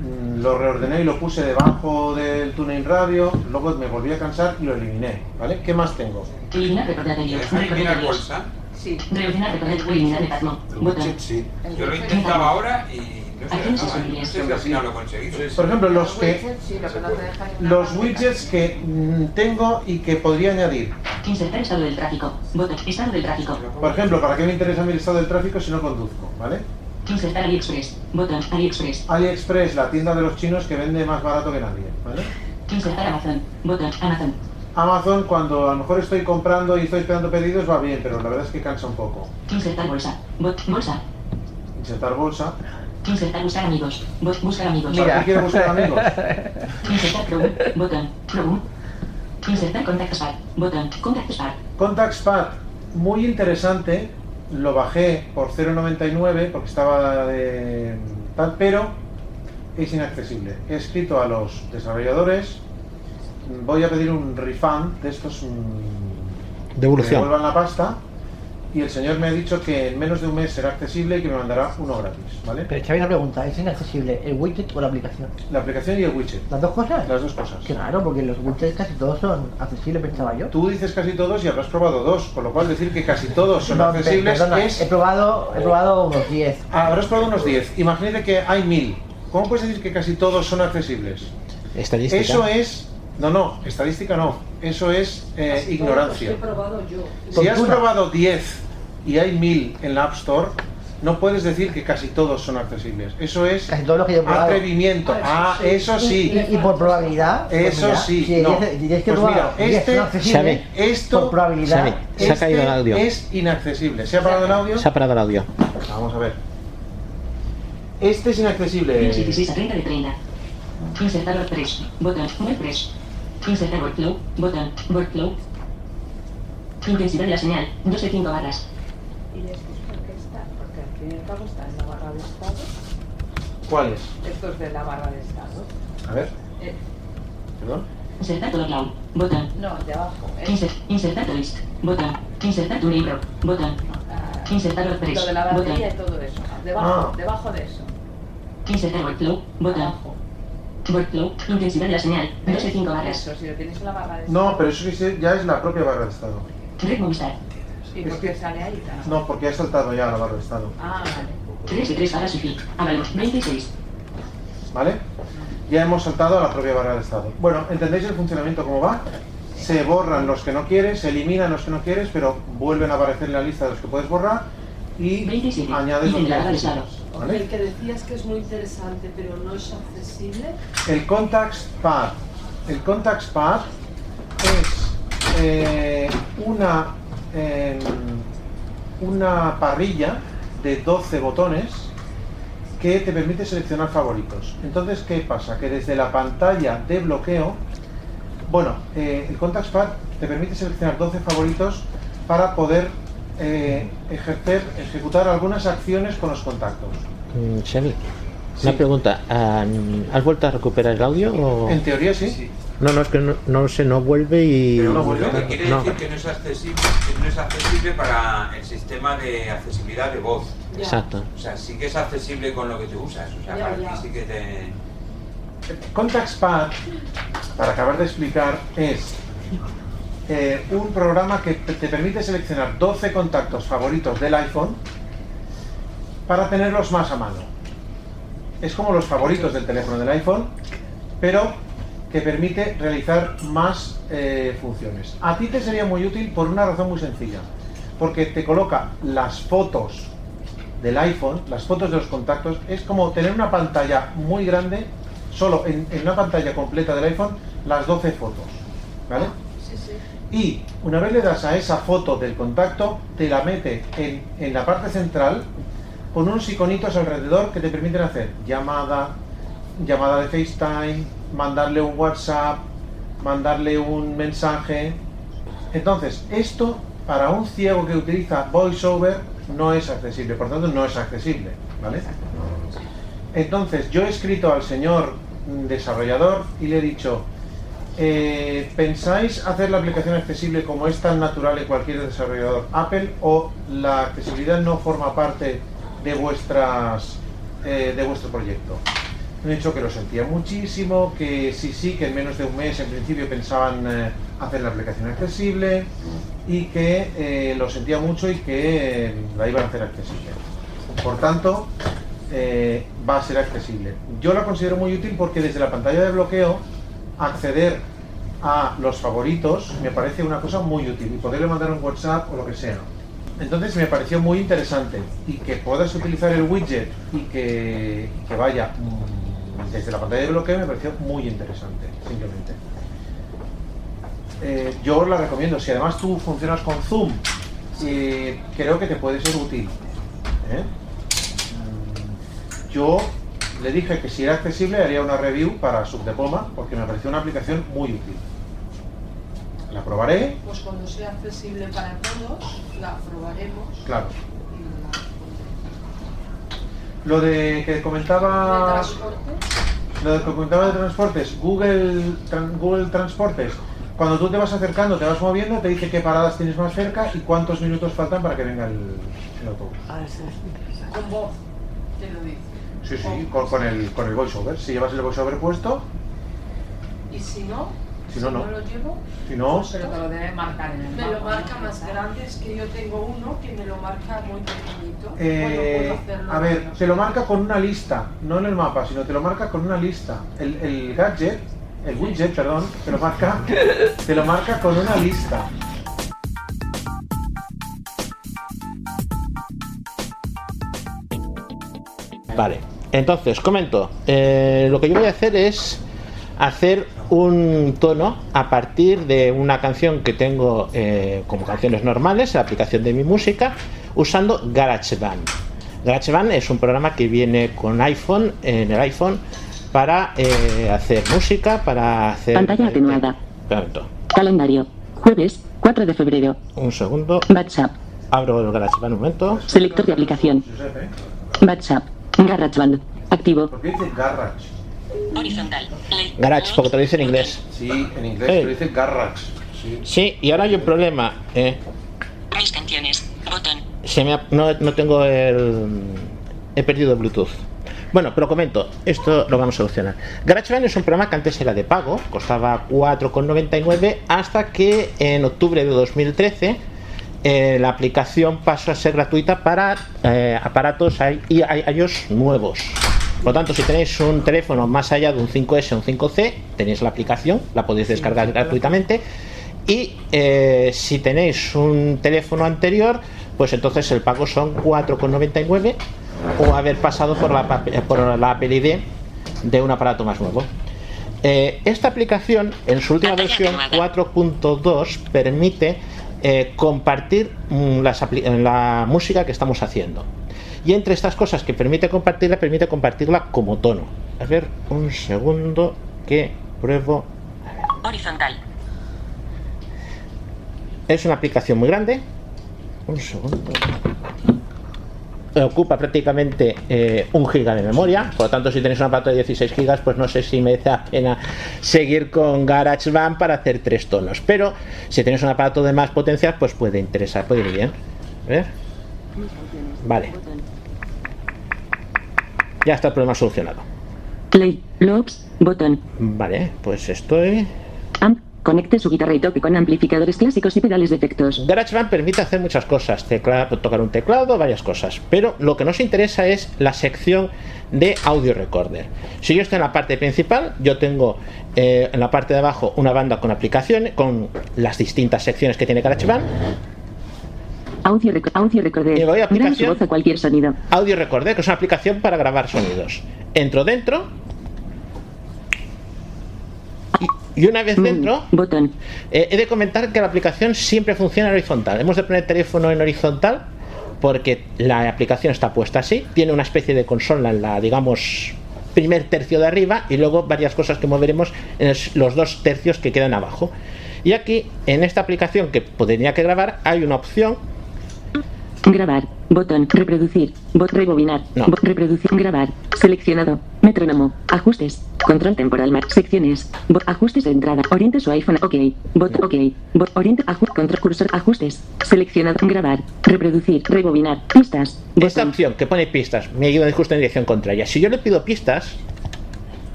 S5: Mm, Lo reordené y lo puse debajo del tuning radio, luego me volví a cansar y lo eliminé, ¿vale? ¿Qué más tengo?
S2: Eliminar recordatorio.
S7: eliminar
S2: Recordatorio.
S7: bolsa?
S10: Sí.
S2: Reordenar recordatorio. Eliminar metasmo. Botón.
S8: Sí.
S7: Yo lo intentaba ahora y no sé,
S2: Acciones
S7: no, no
S2: accesibles.
S7: sé si al final lo conseguí.
S5: Por ejemplo, los que,
S10: widgets, sí, lo que no te deja ni nada
S5: los
S10: más.
S5: widgets que mm, tengo y que podría añadir.
S2: Insertar estado del tráfico. Botón. Estado del tráfico.
S5: Por ejemplo, ¿para qué me interesa mi estado del tráfico si no conduzco, ¿vale?
S2: Insertar AliExpress. Botón. AliExpress.
S5: AliExpress, la tienda de los chinos que vende más barato que nadie, ¿vale?
S2: Insertar Amazon. Botón. Amazon.
S5: Amazon, cuando a lo mejor estoy comprando y estoy esperando pedidos, va bien, pero la verdad es que cansa un poco.
S2: Insertar bolsa. Bot. Bolsa.
S5: Insertar bolsa.
S11: Insertar buscar amigos. Bu- buscar amigos.
S5: Mira. Aquí quiero buscar amigos.
S11: Insertar Chrome. Botón. Chrome. Insertar contactos para. Botón. Contactos para.
S5: Contacts Pad, muy interesante. Lo bajé por 0.99 porque estaba de tal, pero es inaccesible. He escrito a los desarrolladores. Voy a pedir un refund de estos mm, que me
S9: Devolución.
S5: devuelvan la pasta. Y el señor me ha dicho que en menos de un mes será accesible y que me mandará uno gratis, ¿vale?
S3: Pero Xavi, una pregunta, ¿es inaccesible el widget o la aplicación?
S5: La aplicación y el widget.
S3: ¿Las dos cosas?
S5: Las dos cosas.
S3: Qué raro, porque los widgets casi todos son accesibles, pensaba yo.
S5: Tú dices casi todos y habrás probado dos, con lo cual decir que casi todos son
S3: No, pe-
S5: accesibles
S3: perdona,
S5: es
S3: he probado, he probado unos 10.
S5: Ah, Habrás probado unos 10. Imagínate que hay 1000. ¿Cómo puedes decir que casi todos son accesibles?
S9: Estadística.
S5: Eso es. No, no, estadística no. Eso es eh, ignorancia.
S10: He probado yo.
S5: Si has
S10: Fortuna.
S5: probado 10 y hay 1000 en la App Store, no puedes decir que casi todos son accesibles. Eso es
S3: Casi todos los que yo he probado.
S5: atrevimiento. Ah, eso sí.
S3: Y, y por probabilidad. pues
S5: Eso
S3: mira,
S5: sí,
S3: Si
S5: no.
S3: dices- dices que he
S5: Pues mira,
S3: probado 10
S5: este-
S3: son accesibles,
S9: Xavi,
S5: Esto este
S3: por probabilidad.
S9: Xavi, se ha caído el audio.
S5: es inaccesible. ¿Se ha parado el audio?
S9: Se ha parado el audio.
S5: Vamos a ver. Este es inaccesible.
S11: 16 a 30 de 30. Insertar WordPress. Botón. WordPress. Insertar workflow. Botón. Workflow. Intensidad de la señal. 2 de 5 barras.
S10: Y esto es porque está, porque al fin y al cabo está en la barra de estado.
S5: ¿Cuál es?
S10: Esto es de la barra de estado.
S5: A ver.
S10: Eh,
S5: Perdón.
S11: Insertar todo cloud. Botón.
S10: no, de abajo. ¿eh?
S11: Insert, insertar to list. Botón. Insertar tu libro. Botón.
S10: Ah,
S11: Insertar WordPress.
S10: lo de la
S11: Botón.
S10: batería y todo eso. Debajo,
S5: Ah.
S10: debajo de eso.
S11: Insertar workflow. Botón.
S10: Abajo. ¿eh?
S11: Workflow. Intensidad de la señal. 2 de 5 barras.
S10: Eso, si lo tienes en la barra de
S5: No, pero eso sí ya es la propia barra de estado.
S11: Red Movistar.
S10: ¿Y por qué sale ahí? tan-
S5: No, porque ha saltado ya la barra de estado.
S10: Ah, vale.
S11: 3 de 3 barras y fin. Avalos. 26.
S5: ¿Vale? Ya hemos saltado a la propia barra de estado. Bueno, ¿entendéis el funcionamiento cómo va? Se borran los que no quieres, se eliminan los que no quieres, pero vuelven a aparecer en la lista de los que puedes borrar y
S11: 27.
S5: añades los
S11: Ítem de
S5: que
S11: la barra de
S5: necesitas.
S11: estado.
S5: ¿Vale?
S12: El que decías que es muy interesante, pero no es accesible.
S5: El Contacts Pad. El Contacts Pad es eh, una, eh, una parrilla de 12 botones que te permite seleccionar favoritos. Entonces, ¿qué pasa? Que desde la pantalla de bloqueo, bueno, eh, el Contacts Pad te permite seleccionar 12 favoritos para poder eh, ejercer, ejecutar algunas acciones con los contactos.
S9: Mm, Xavi, una pregunta. ah, ¿Has vuelto a recuperar el audio? o-
S5: En teoría sí.
S9: No, no, es que no, no sé, no vuelve y...
S7: Lo que quiere
S9: No.
S7: decir que no es accesible, que no es accesible para el sistema de accesibilidad de voz.
S9: Exacto.
S7: O sea, sí que es accesible con lo que tú usas. O sea,
S10: Ya,
S7: para
S10: ya.
S7: ti sí que te.
S5: Contacts Pad, para acabar de explicar, es eh, un programa que te te permite seleccionar 12 contactos favoritos del iPhone para tenerlos más a mano. Es como los favoritos del teléfono del iPhone, pero que permite realizar más eh, funciones. A ti te sería muy útil por una razón muy sencilla, porque te coloca las fotos del iPhone, las fotos de los contactos, es como tener una pantalla muy grande, solo en, en una pantalla completa del iPhone, las 12 fotos. ¿Vale?
S12: Sí, sí.
S5: Y una vez le das a esa foto del contacto, te la mete en, en la parte central con unos iconitos alrededor que te permiten hacer llamada, llamada de FaceTime, mandarle un WhatsApp, mandarle un mensaje. Entonces, esto para un ciego que utiliza VoiceOver no es accesible, por tanto no es accesible, ¿vale? Entonces, yo he escrito al señor mm, desarrollador y le he dicho, eh, ¿Pensáis hacer la aplicación accesible como es tan natural en cualquier desarrollador Apple o la accesibilidad no forma parte de vuestras eh, de vuestro proyecto? Me han dicho que lo sentía muchísimo, que sí, sí, que en menos de un mes en principio pensaban eh, hacer la aplicación accesible y que eh, lo sentía mucho y que eh, la iban a hacer accesible. Por tanto, eh, va a ser accesible. Yo la considero muy útil porque desde la pantalla de bloqueo acceder a los favoritos me parece una cosa muy útil y poderle mandar un WhatsApp o lo que sea. Entonces me pareció muy interesante y que puedas utilizar el widget y que, y que vaya mm, desde la pantalla de bloqueo me pareció muy interesante, simplemente. Eh, yo la recomiendo, si además tú funcionas con Zoom, eh, creo que te puede ser útil. ¿eh? Mm, yo le dije que si era accesible haría una review para Subdepoma porque me pareció una aplicación muy útil. La probaré,
S4: Pues cuando sea accesible para todos, la probaremos.
S5: claro. Lo de que
S4: ¿De
S5: comentaba
S4: transporte?
S5: Lo que comentaba de transportes, Google, Tran- Google Transportes, cuando tú te vas acercando, te vas moviendo, te dice qué paradas tienes más cerca y cuántos minutos faltan para que venga el, el autobús.
S4: Con voz, te lo Oh. dice.
S5: Sí, sí, con, con el, con el voiceover. Si llevas el voiceover puesto,
S4: Y si no,
S5: Si no, no.
S4: lo llevo,
S5: si no,
S13: Pero te lo debe marcar en el
S4: me lo marca más grande. Es que yo tengo uno que me lo marca muy pequeñito.
S5: eh,
S4: bueno, puedo hacerlo.
S5: a ver, te lo marca con una lista, no en el mapa, sino te lo marca con una lista. El, el gadget, el widget, perdón, te lo marca, te lo marca con una lista.
S9: Vale, entonces comento. Eh, lo que yo voy a hacer es hacer un tono a partir de una canción que tengo eh, como canciones normales, la aplicación de mi música, usando GarageBand. GarageBand es un programa que viene con iPhone, en el iPhone, para eh, hacer música, para hacer.
S2: Pantalla atenuada.
S9: Un momento,
S2: Calendario. Jueves, 4 de febrero.
S9: un segundo.
S2: WhatsApp.
S9: Abro el GarageBand un momento.
S2: Selector de aplicación. WhatsApp. GarageBand. Activo.
S5: ¿Por qué dice garage?
S2: Horizontal.
S9: Garage, porque te lo dice en inglés.
S5: Sí, en inglés
S9: Hey.
S5: te lo dice garage.
S9: Sí, y ahora hay un problema. eh,
S2: Mis canciones. Botón.
S9: Se me ha- no, no tengo el. He perdido Bluetooth. Bueno, pero comento, esto lo vamos a solucionar. GarageBand es un programa que antes era de pago, costaba 4,99 hasta que en octubre de 2013 eh, la aplicación pasó a ser gratuita para eh, aparatos i- i- iOS nuevos. Por lo tanto, si tenéis un teléfono más allá de un 5S o un 5C, tenéis la aplicación, la podéis descargar gratuitamente. Y eh, si tenéis un teléfono anterior, pues entonces el pago son 4,99 o haber pasado por la, pap- eh, por la Apple ID de un aparato más nuevo. Eh, esta aplicación, en su última versión 4.2, permite eh, compartir mm, las apli- eh, la música que estamos haciendo. Y entre estas cosas que permite compartirla, permite compartirla como tono. A ver, un segundo que pruebo
S2: Horizontal.
S9: es una aplicación muy grande. Un segundo. Ocupa prácticamente eh, un giga de memoria. Por lo tanto, si tenéis un aparato de 16 gigas, pues no sé si merece la pena seguir con GarageBand para hacer tres tonos. Pero si tenéis un aparato de más potencia, pues puede interesar, puede ir bien. A ver. Vale. Ya está el problema solucionado.
S2: Play. Loops. Botón.
S9: Vale, pues estoy.
S2: Amp. Conecte su guitarra y toque con amplificadores clásicos y pedales de efectos.
S9: GarageBand permite hacer muchas cosas, tecla- tocar un teclado, varias cosas, pero lo que nos interesa es la sección de audio recorder. Si yo estoy en la parte principal, yo tengo eh, en la parte de abajo una banda con aplicaciones, con las distintas secciones que tiene GarageBand,
S2: Audio, rec audio recorder.
S9: Le doy a
S2: Graba su
S9: aplicación.
S2: voz a cualquier sonido.
S9: Audio Recorder, que es una aplicación para grabar sonidos. Entro dentro. Y- Y una
S2: Mm.
S9: vez dentro, eh, he de comentar que la aplicación siempre funciona en horizontal. Hemos de poner el teléfono en horizontal porque la aplicación está puesta así. Tiene una especie de consola en la, digamos, primer tercio de arriba y luego varias cosas que moveremos en es- los dos tercios que quedan abajo. Y aquí, en esta aplicación que podría que grabar, hay una opción
S2: Grabar. Botón. Reproducir. Bot rebobinar. Bot reproducir. Grabar. Seleccionado. Metrónomo. Ajustes. Control temporal. Mar. Secciones. Bot ajustes de entrada. Oriente su iPhone. Ok. Bot. Ok. Bot. Oriente. Ajuste. Control cursor. Ajustes. Seleccionado. Grabar. Reproducir. Rebobinar. Pistas.
S9: Esta opción que pone pistas me ayuda justo en dirección contraria. Si yo le pido pistas,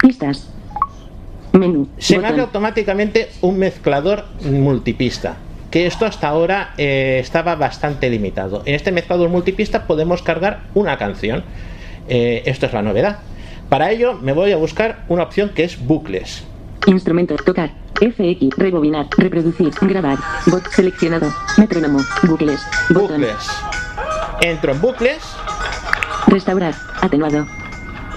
S2: Pistas. Menú.
S9: se me
S2: Botón.
S9: abre automáticamente un mezclador multipista. Que esto hasta ahora eh, estaba bastante limitado. En este mezclador multipista podemos cargar una canción. Eh, esto es la novedad. Para ello me voy a buscar una opción que es bucles.
S2: Instrumento. Tocar. FX. Rebobinar. Reproducir. Grabar. Bot. Seleccionado. Metrónomo. Bucles. Botón.
S9: Bucles. Entro en bucles
S2: Restaurar. Atenuado.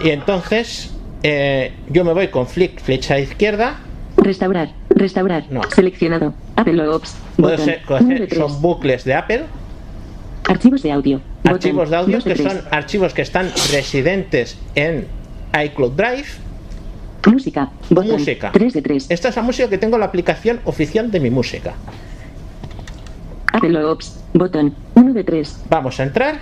S9: y entonces eh, yo me voy con flick flecha izquierda
S2: Restaurar, restaurar, seleccionado, Apple Ops,
S9: Puedo
S2: botón,
S9: ser-
S2: número
S9: son bucles de Apple.
S2: archivos de audio,
S9: archivos de audio que son archivos que están residentes en iCloud Drive.
S2: Música.
S9: música. Esta es la música que tengo en la aplicación oficial de mi música.
S2: Apple Ops. Botón. 1 de 3.
S9: Vamos a entrar.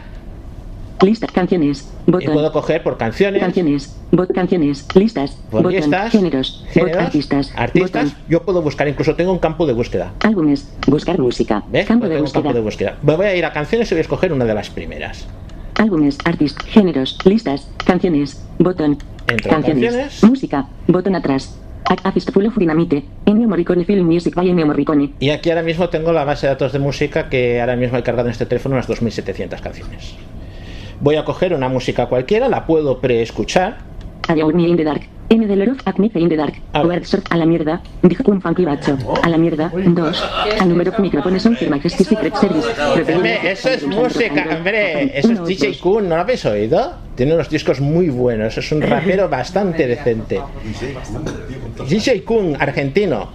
S2: Lista. Canciones.
S9: Y
S2: Botón.
S9: puedo coger por canciones,
S2: Canciones. Bot canciones. Listas.
S9: Por
S2: Botón.
S9: listas,
S2: Géneros. Bot
S9: géneros,
S2: artistas.
S9: artistas. Yo puedo buscar, incluso tengo un campo de búsqueda.
S2: Álbumes. Buscar música.
S9: ¿Ves?
S2: Campo
S9: Pues
S2: de
S9: tengo un campo
S2: búsqueda.
S9: de búsqueda. Me Voy a ir a canciones y voy a escoger una de las primeras.
S2: Álbumes. Artistas. Géneros. Listas. Canciones. Botón.
S9: Entro en
S2: Canciones.
S9: canciones.
S2: Música. Botón atrás. A- Artist Full of Dynamite. Ennio Morricone Film Music by Ennio Morricone.
S9: Y aquí ahora mismo tengo la base de datos de música que ahora mismo hay cargado en este teléfono unas 2.700 canciones. Voy a coger una música cualquiera, la puedo preescuchar.
S2: A Your Me in the Dark. M. de Lorov Acme in the Dark. Word Short a la mierda. Dijo un funky bacho.
S9: Oh.
S2: A la mierda. 2. Al número que microfones son firma Majesty Secret Service.
S9: Hombre, eso es música, hombre, eso es DJ Kun, ¿no lo habéis oído? Tiene unos discos muy buenos, es un rapero bastante decente. DJ Kun, argentino.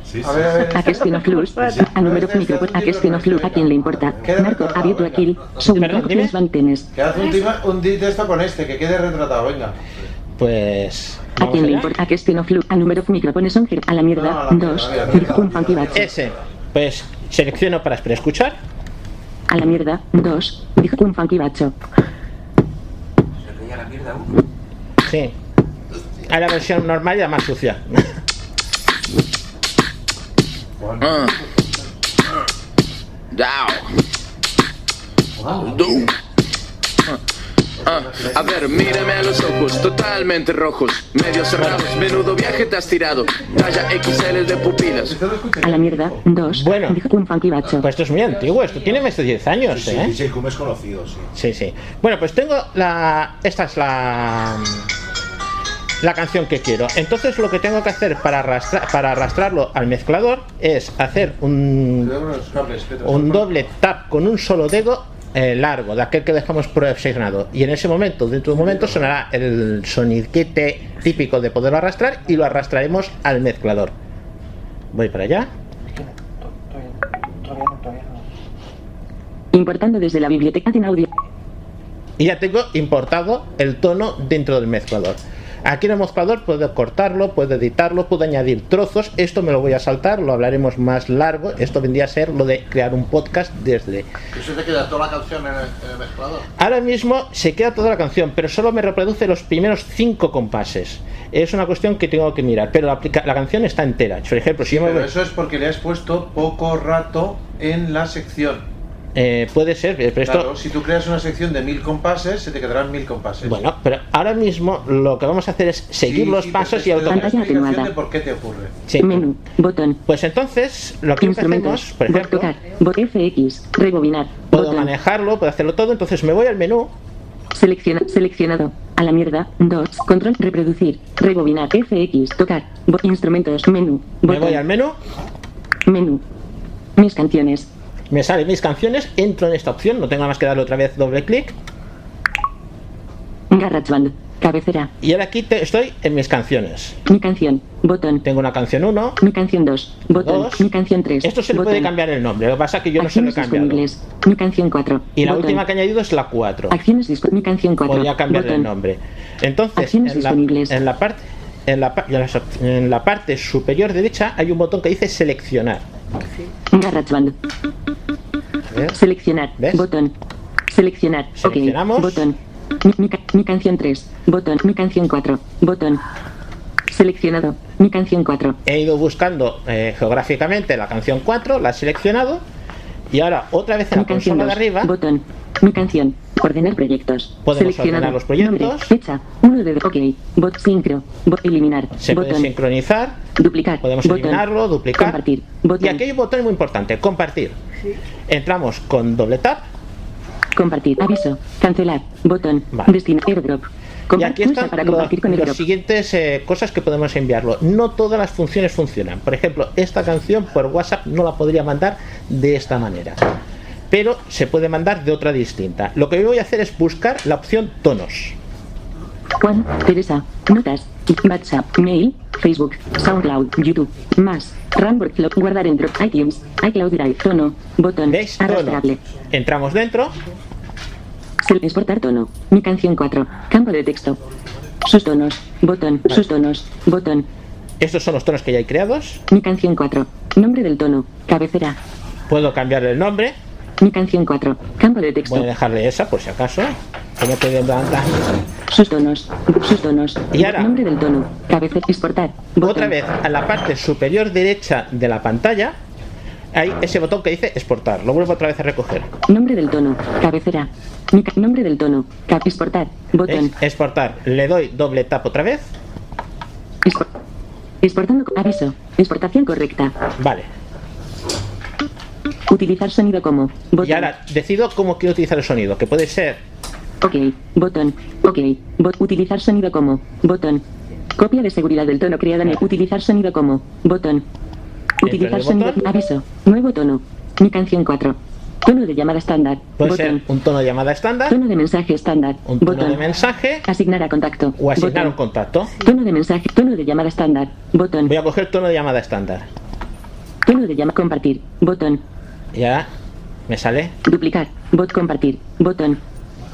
S2: A Cristiano Flus, a número que micro, a Cristiano Flus, a quién le importa. Marco, a Vieto, a Kill, Sound Rock, Los Valtenes.
S5: Que haz un, tema- un di- de esto con este, que quede retratado, venga.
S9: Pues.
S2: A quién le importa, este a Cristiano Flus, a número que microfones son a la mierda. 2. Dijo un funky bacho.
S9: Ese, pues selecciono para preescuchar.
S2: A la mierda. 2. Dijo un funky bacho.
S9: Sí. Hay la versión normal y la más sucia.
S14: Uh. Down. Doom. Uh. Ah, a ver, mírame a los ojos, totalmente rojos, medio cerrados, menudo viaje te has tirado, talla XL de pupilas.
S2: A la mierda. 2.
S9: Bueno.
S2: Dijo un funky bacho.
S9: Pues esto es muy antiguo, esto tiene más de 10 años,
S15: Sí, sí,
S9: ¿eh?
S15: DJ Kun es conocido, sí.
S9: Sí, sí. Bueno, pues tengo la. Esta es la. La canción que quiero. Entonces lo que tengo que hacer para, arrastra- para arrastrarlo al mezclador es hacer un,
S5: Los cables, que te-
S9: un doble tap con un solo dedo eh, largo, de aquel que dejamos presionado. Y en ese momento, dentro de un momento, sonará el soniquete típico de poderlo arrastrar y lo arrastraremos al mezclador. Voy para allá.
S2: Importando desde la biblioteca de audio.
S9: Y ya tengo importado el tono dentro del mezclador. Aquí en el mezclador puedo cortarlo, puedo editarlo, puedo añadir trozos. Esto me lo voy a saltar, lo hablaremos más largo. Esto vendría a ser lo de crear un podcast desde.
S15: ¿Y se te queda toda la canción en el, en el mezclador?
S9: Ahora mismo se queda toda la canción, pero solo me reproduce los primeros cinco compases. Es una cuestión que tengo que mirar, pero la, aplica- la canción está entera. Por ejemplo, si yo me
S5: Pero
S9: voy-
S5: eso es porque le has puesto poco rato en la sección.
S9: eh, puede ser, pero esto
S5: Claro, si tú creas una sección de mil compases, se te quedarán mil compases.
S9: Bueno, pero ahora mismo lo que vamos a hacer es seguir
S5: Sí,
S9: los
S5: sí,
S9: pasos
S5: perfecto.
S9: y
S5: Te doy una
S9: automáticamente.
S5: explicación de por qué te ocurre.
S2: Menú. Botón.
S9: Pues entonces, lo que
S2: Instrumentos.
S9: hacemos, por
S2: Bot
S9: ejemplo,
S2: tocar. Bot FX. Rebobinar.
S9: puedo
S2: Botón.
S9: manejarlo, puedo hacerlo todo, entonces me voy al menú.
S2: Selecciona, seleccionado. A la mierda. 2. Control. Reproducir. Rebobinar. FX. Tocar. Bo- instrumentos. Menú.
S9: Me
S2: Botón.
S9: voy al menú.
S2: Menú. Mis canciones.
S9: Me salen mis canciones, entro en esta opción, no tengo más que darle otra vez doble clic.
S2: GarageBand. Cabecera.
S9: Y ahora aquí te- estoy en mis canciones.
S2: Mi canción. Botón.
S9: Tengo una canción 1.
S2: Mi canción 2. Botón.
S9: Dos.
S2: Mi canción 3.
S9: Esto se le puede cambiar el nombre, lo que pasa es que yo no se lo he cambiado.
S2: disponibles. Mi canción 4.
S9: Y la
S2: Botón.
S9: última que he añadido es la 4.
S2: Acciones disponibles. Mi canción 4.
S9: Podría cambiarle el
S2: Botón.
S9: nombre. Entonces,
S2: Acciones
S9: en la, en la parte en la, pa- en las op- en la parte superior derecha hay un botón que dice seleccionar.
S2: GarageBand. Seleccionar. Botón. Seleccionar. Ok.
S9: Seleccionamos.
S2: Botón. Mi, mi ca- mi canción 3. Botón. Mi canción 4. Botón. Seleccionado. Mi canción 4.
S9: He ido buscando eh, geográficamente la canción 4, la he seleccionado y ahora otra vez en
S2: Mi
S9: la
S2: canción
S9: consola de
S2: 2.
S9: arriba
S2: Botón. Mi canción. Ordenar proyectos.
S9: Podemos
S2: Seleccionado.
S9: ordenar los proyectos.
S2: Nombre, fecha. 1 de. Ok. Bot sincro. Bot eliminar.
S9: se puede
S2: botón.
S9: sincronizar,
S2: Duplicar.
S9: podemos
S2: Botón.
S9: eliminarlo, duplicar. Y aquí hay un botón muy importante, compartir. Entramos con doble tap
S2: Compartir. Aviso. Cancelar. Botón. Destino. Airdrop.
S9: y
S2: Compar-
S9: aquí
S2: pulsa
S9: están
S2: para
S9: lo-
S2: compartir con
S9: las
S2: Airdrop.
S9: siguientes eh, cosas que podemos enviarlo. No todas las funciones funcionan. Por ejemplo, esta canción por WhatsApp no la podría mandar de esta manera. Pero se puede mandar de otra distinta. Lo que yo voy a hacer es buscar la opción tonos.
S2: Juan, Teresa, Notas, WhatsApp, Mail, Facebook, SoundCloud, YouTube, Más, Rambor, Club, Guardar en Drop, iTunes, iCloud Drive, Tono, Botón,
S9: Tono.
S2: Arrastrable,
S9: Entramos dentro,
S2: Sel- Exportar tono. Mi canción 4. Campo de texto. Sus tonos. Botón. Sus tonos. Botón.
S9: Estos son los tonos que ya hay creados.
S2: Mi canción 4. Nombre del tono. Cabecera.
S9: Puedo cambiarle el nombre.
S2: Mi canción 4. Campo de texto.
S9: Voy a dejarle esa por si acaso. Que no quede en blanca.
S2: Sus tonos. Sus tonos.
S9: Y ahora-
S2: Nombre del tono. Cabecera. Exportar.
S9: Otra vez, a la parte superior derecha de la pantalla, hay ese botón que dice exportar. Lo vuelvo otra vez a recoger.
S2: Nombre del tono. Cabecera. Mi ca- nombre del tono. Ca- exportar. Botón.
S9: ¿Veis? Exportar. Le doy doble tap otra vez.
S2: Expo- exportando. co- Aviso. Exportación correcta.
S9: Vale.
S2: Utilizar sonido como.
S9: Y ahora decido cómo quiero utilizar el sonido, que puede ser
S2: Ok. Botón. Ok. Bot- utilizar sonido como. Botón. Copia de seguridad del tono creada en el. Utilizar sonido como. Botón.
S9: en
S2: Utilizar
S9: el
S2: sonido.
S9: botón.
S2: Aviso. Nuevo tono. Mi canción 4. Tono de llamada estándar.
S9: Puede
S2: Botón.
S9: ser un tono de llamada estándar,
S2: Tono de mensaje estándar.
S9: un tono
S2: Botón.
S9: de mensaje
S2: Asignar a contacto.
S9: o asignar
S2: Botón.
S9: un contacto.
S2: Tono de mensaje, tono de llamada estándar, botón,
S9: Voy a coger tono de llamada estándar.
S2: tono de llamada compartir, botón,
S9: Y ahora me sale.
S2: duplicar, bot compartir, botón,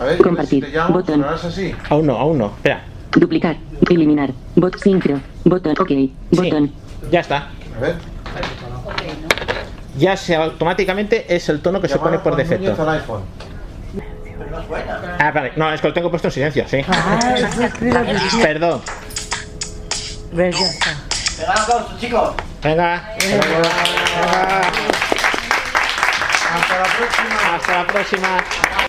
S5: A ver,
S2: compartir, botón,
S5: así.
S9: Aún no, aún no. Espera.
S2: duplicar, eliminar, bot sincro, botón, ok, botón,
S9: Ya está. Ya se automáticamente es el tono que Pues se pone por defecto. Ah, vale. No, es que lo tengo puesto en silencio, sí. Perdón.
S3: ¡Me van a todos, chicos!
S9: Venga. Hasta la próxima. Hasta la próxima.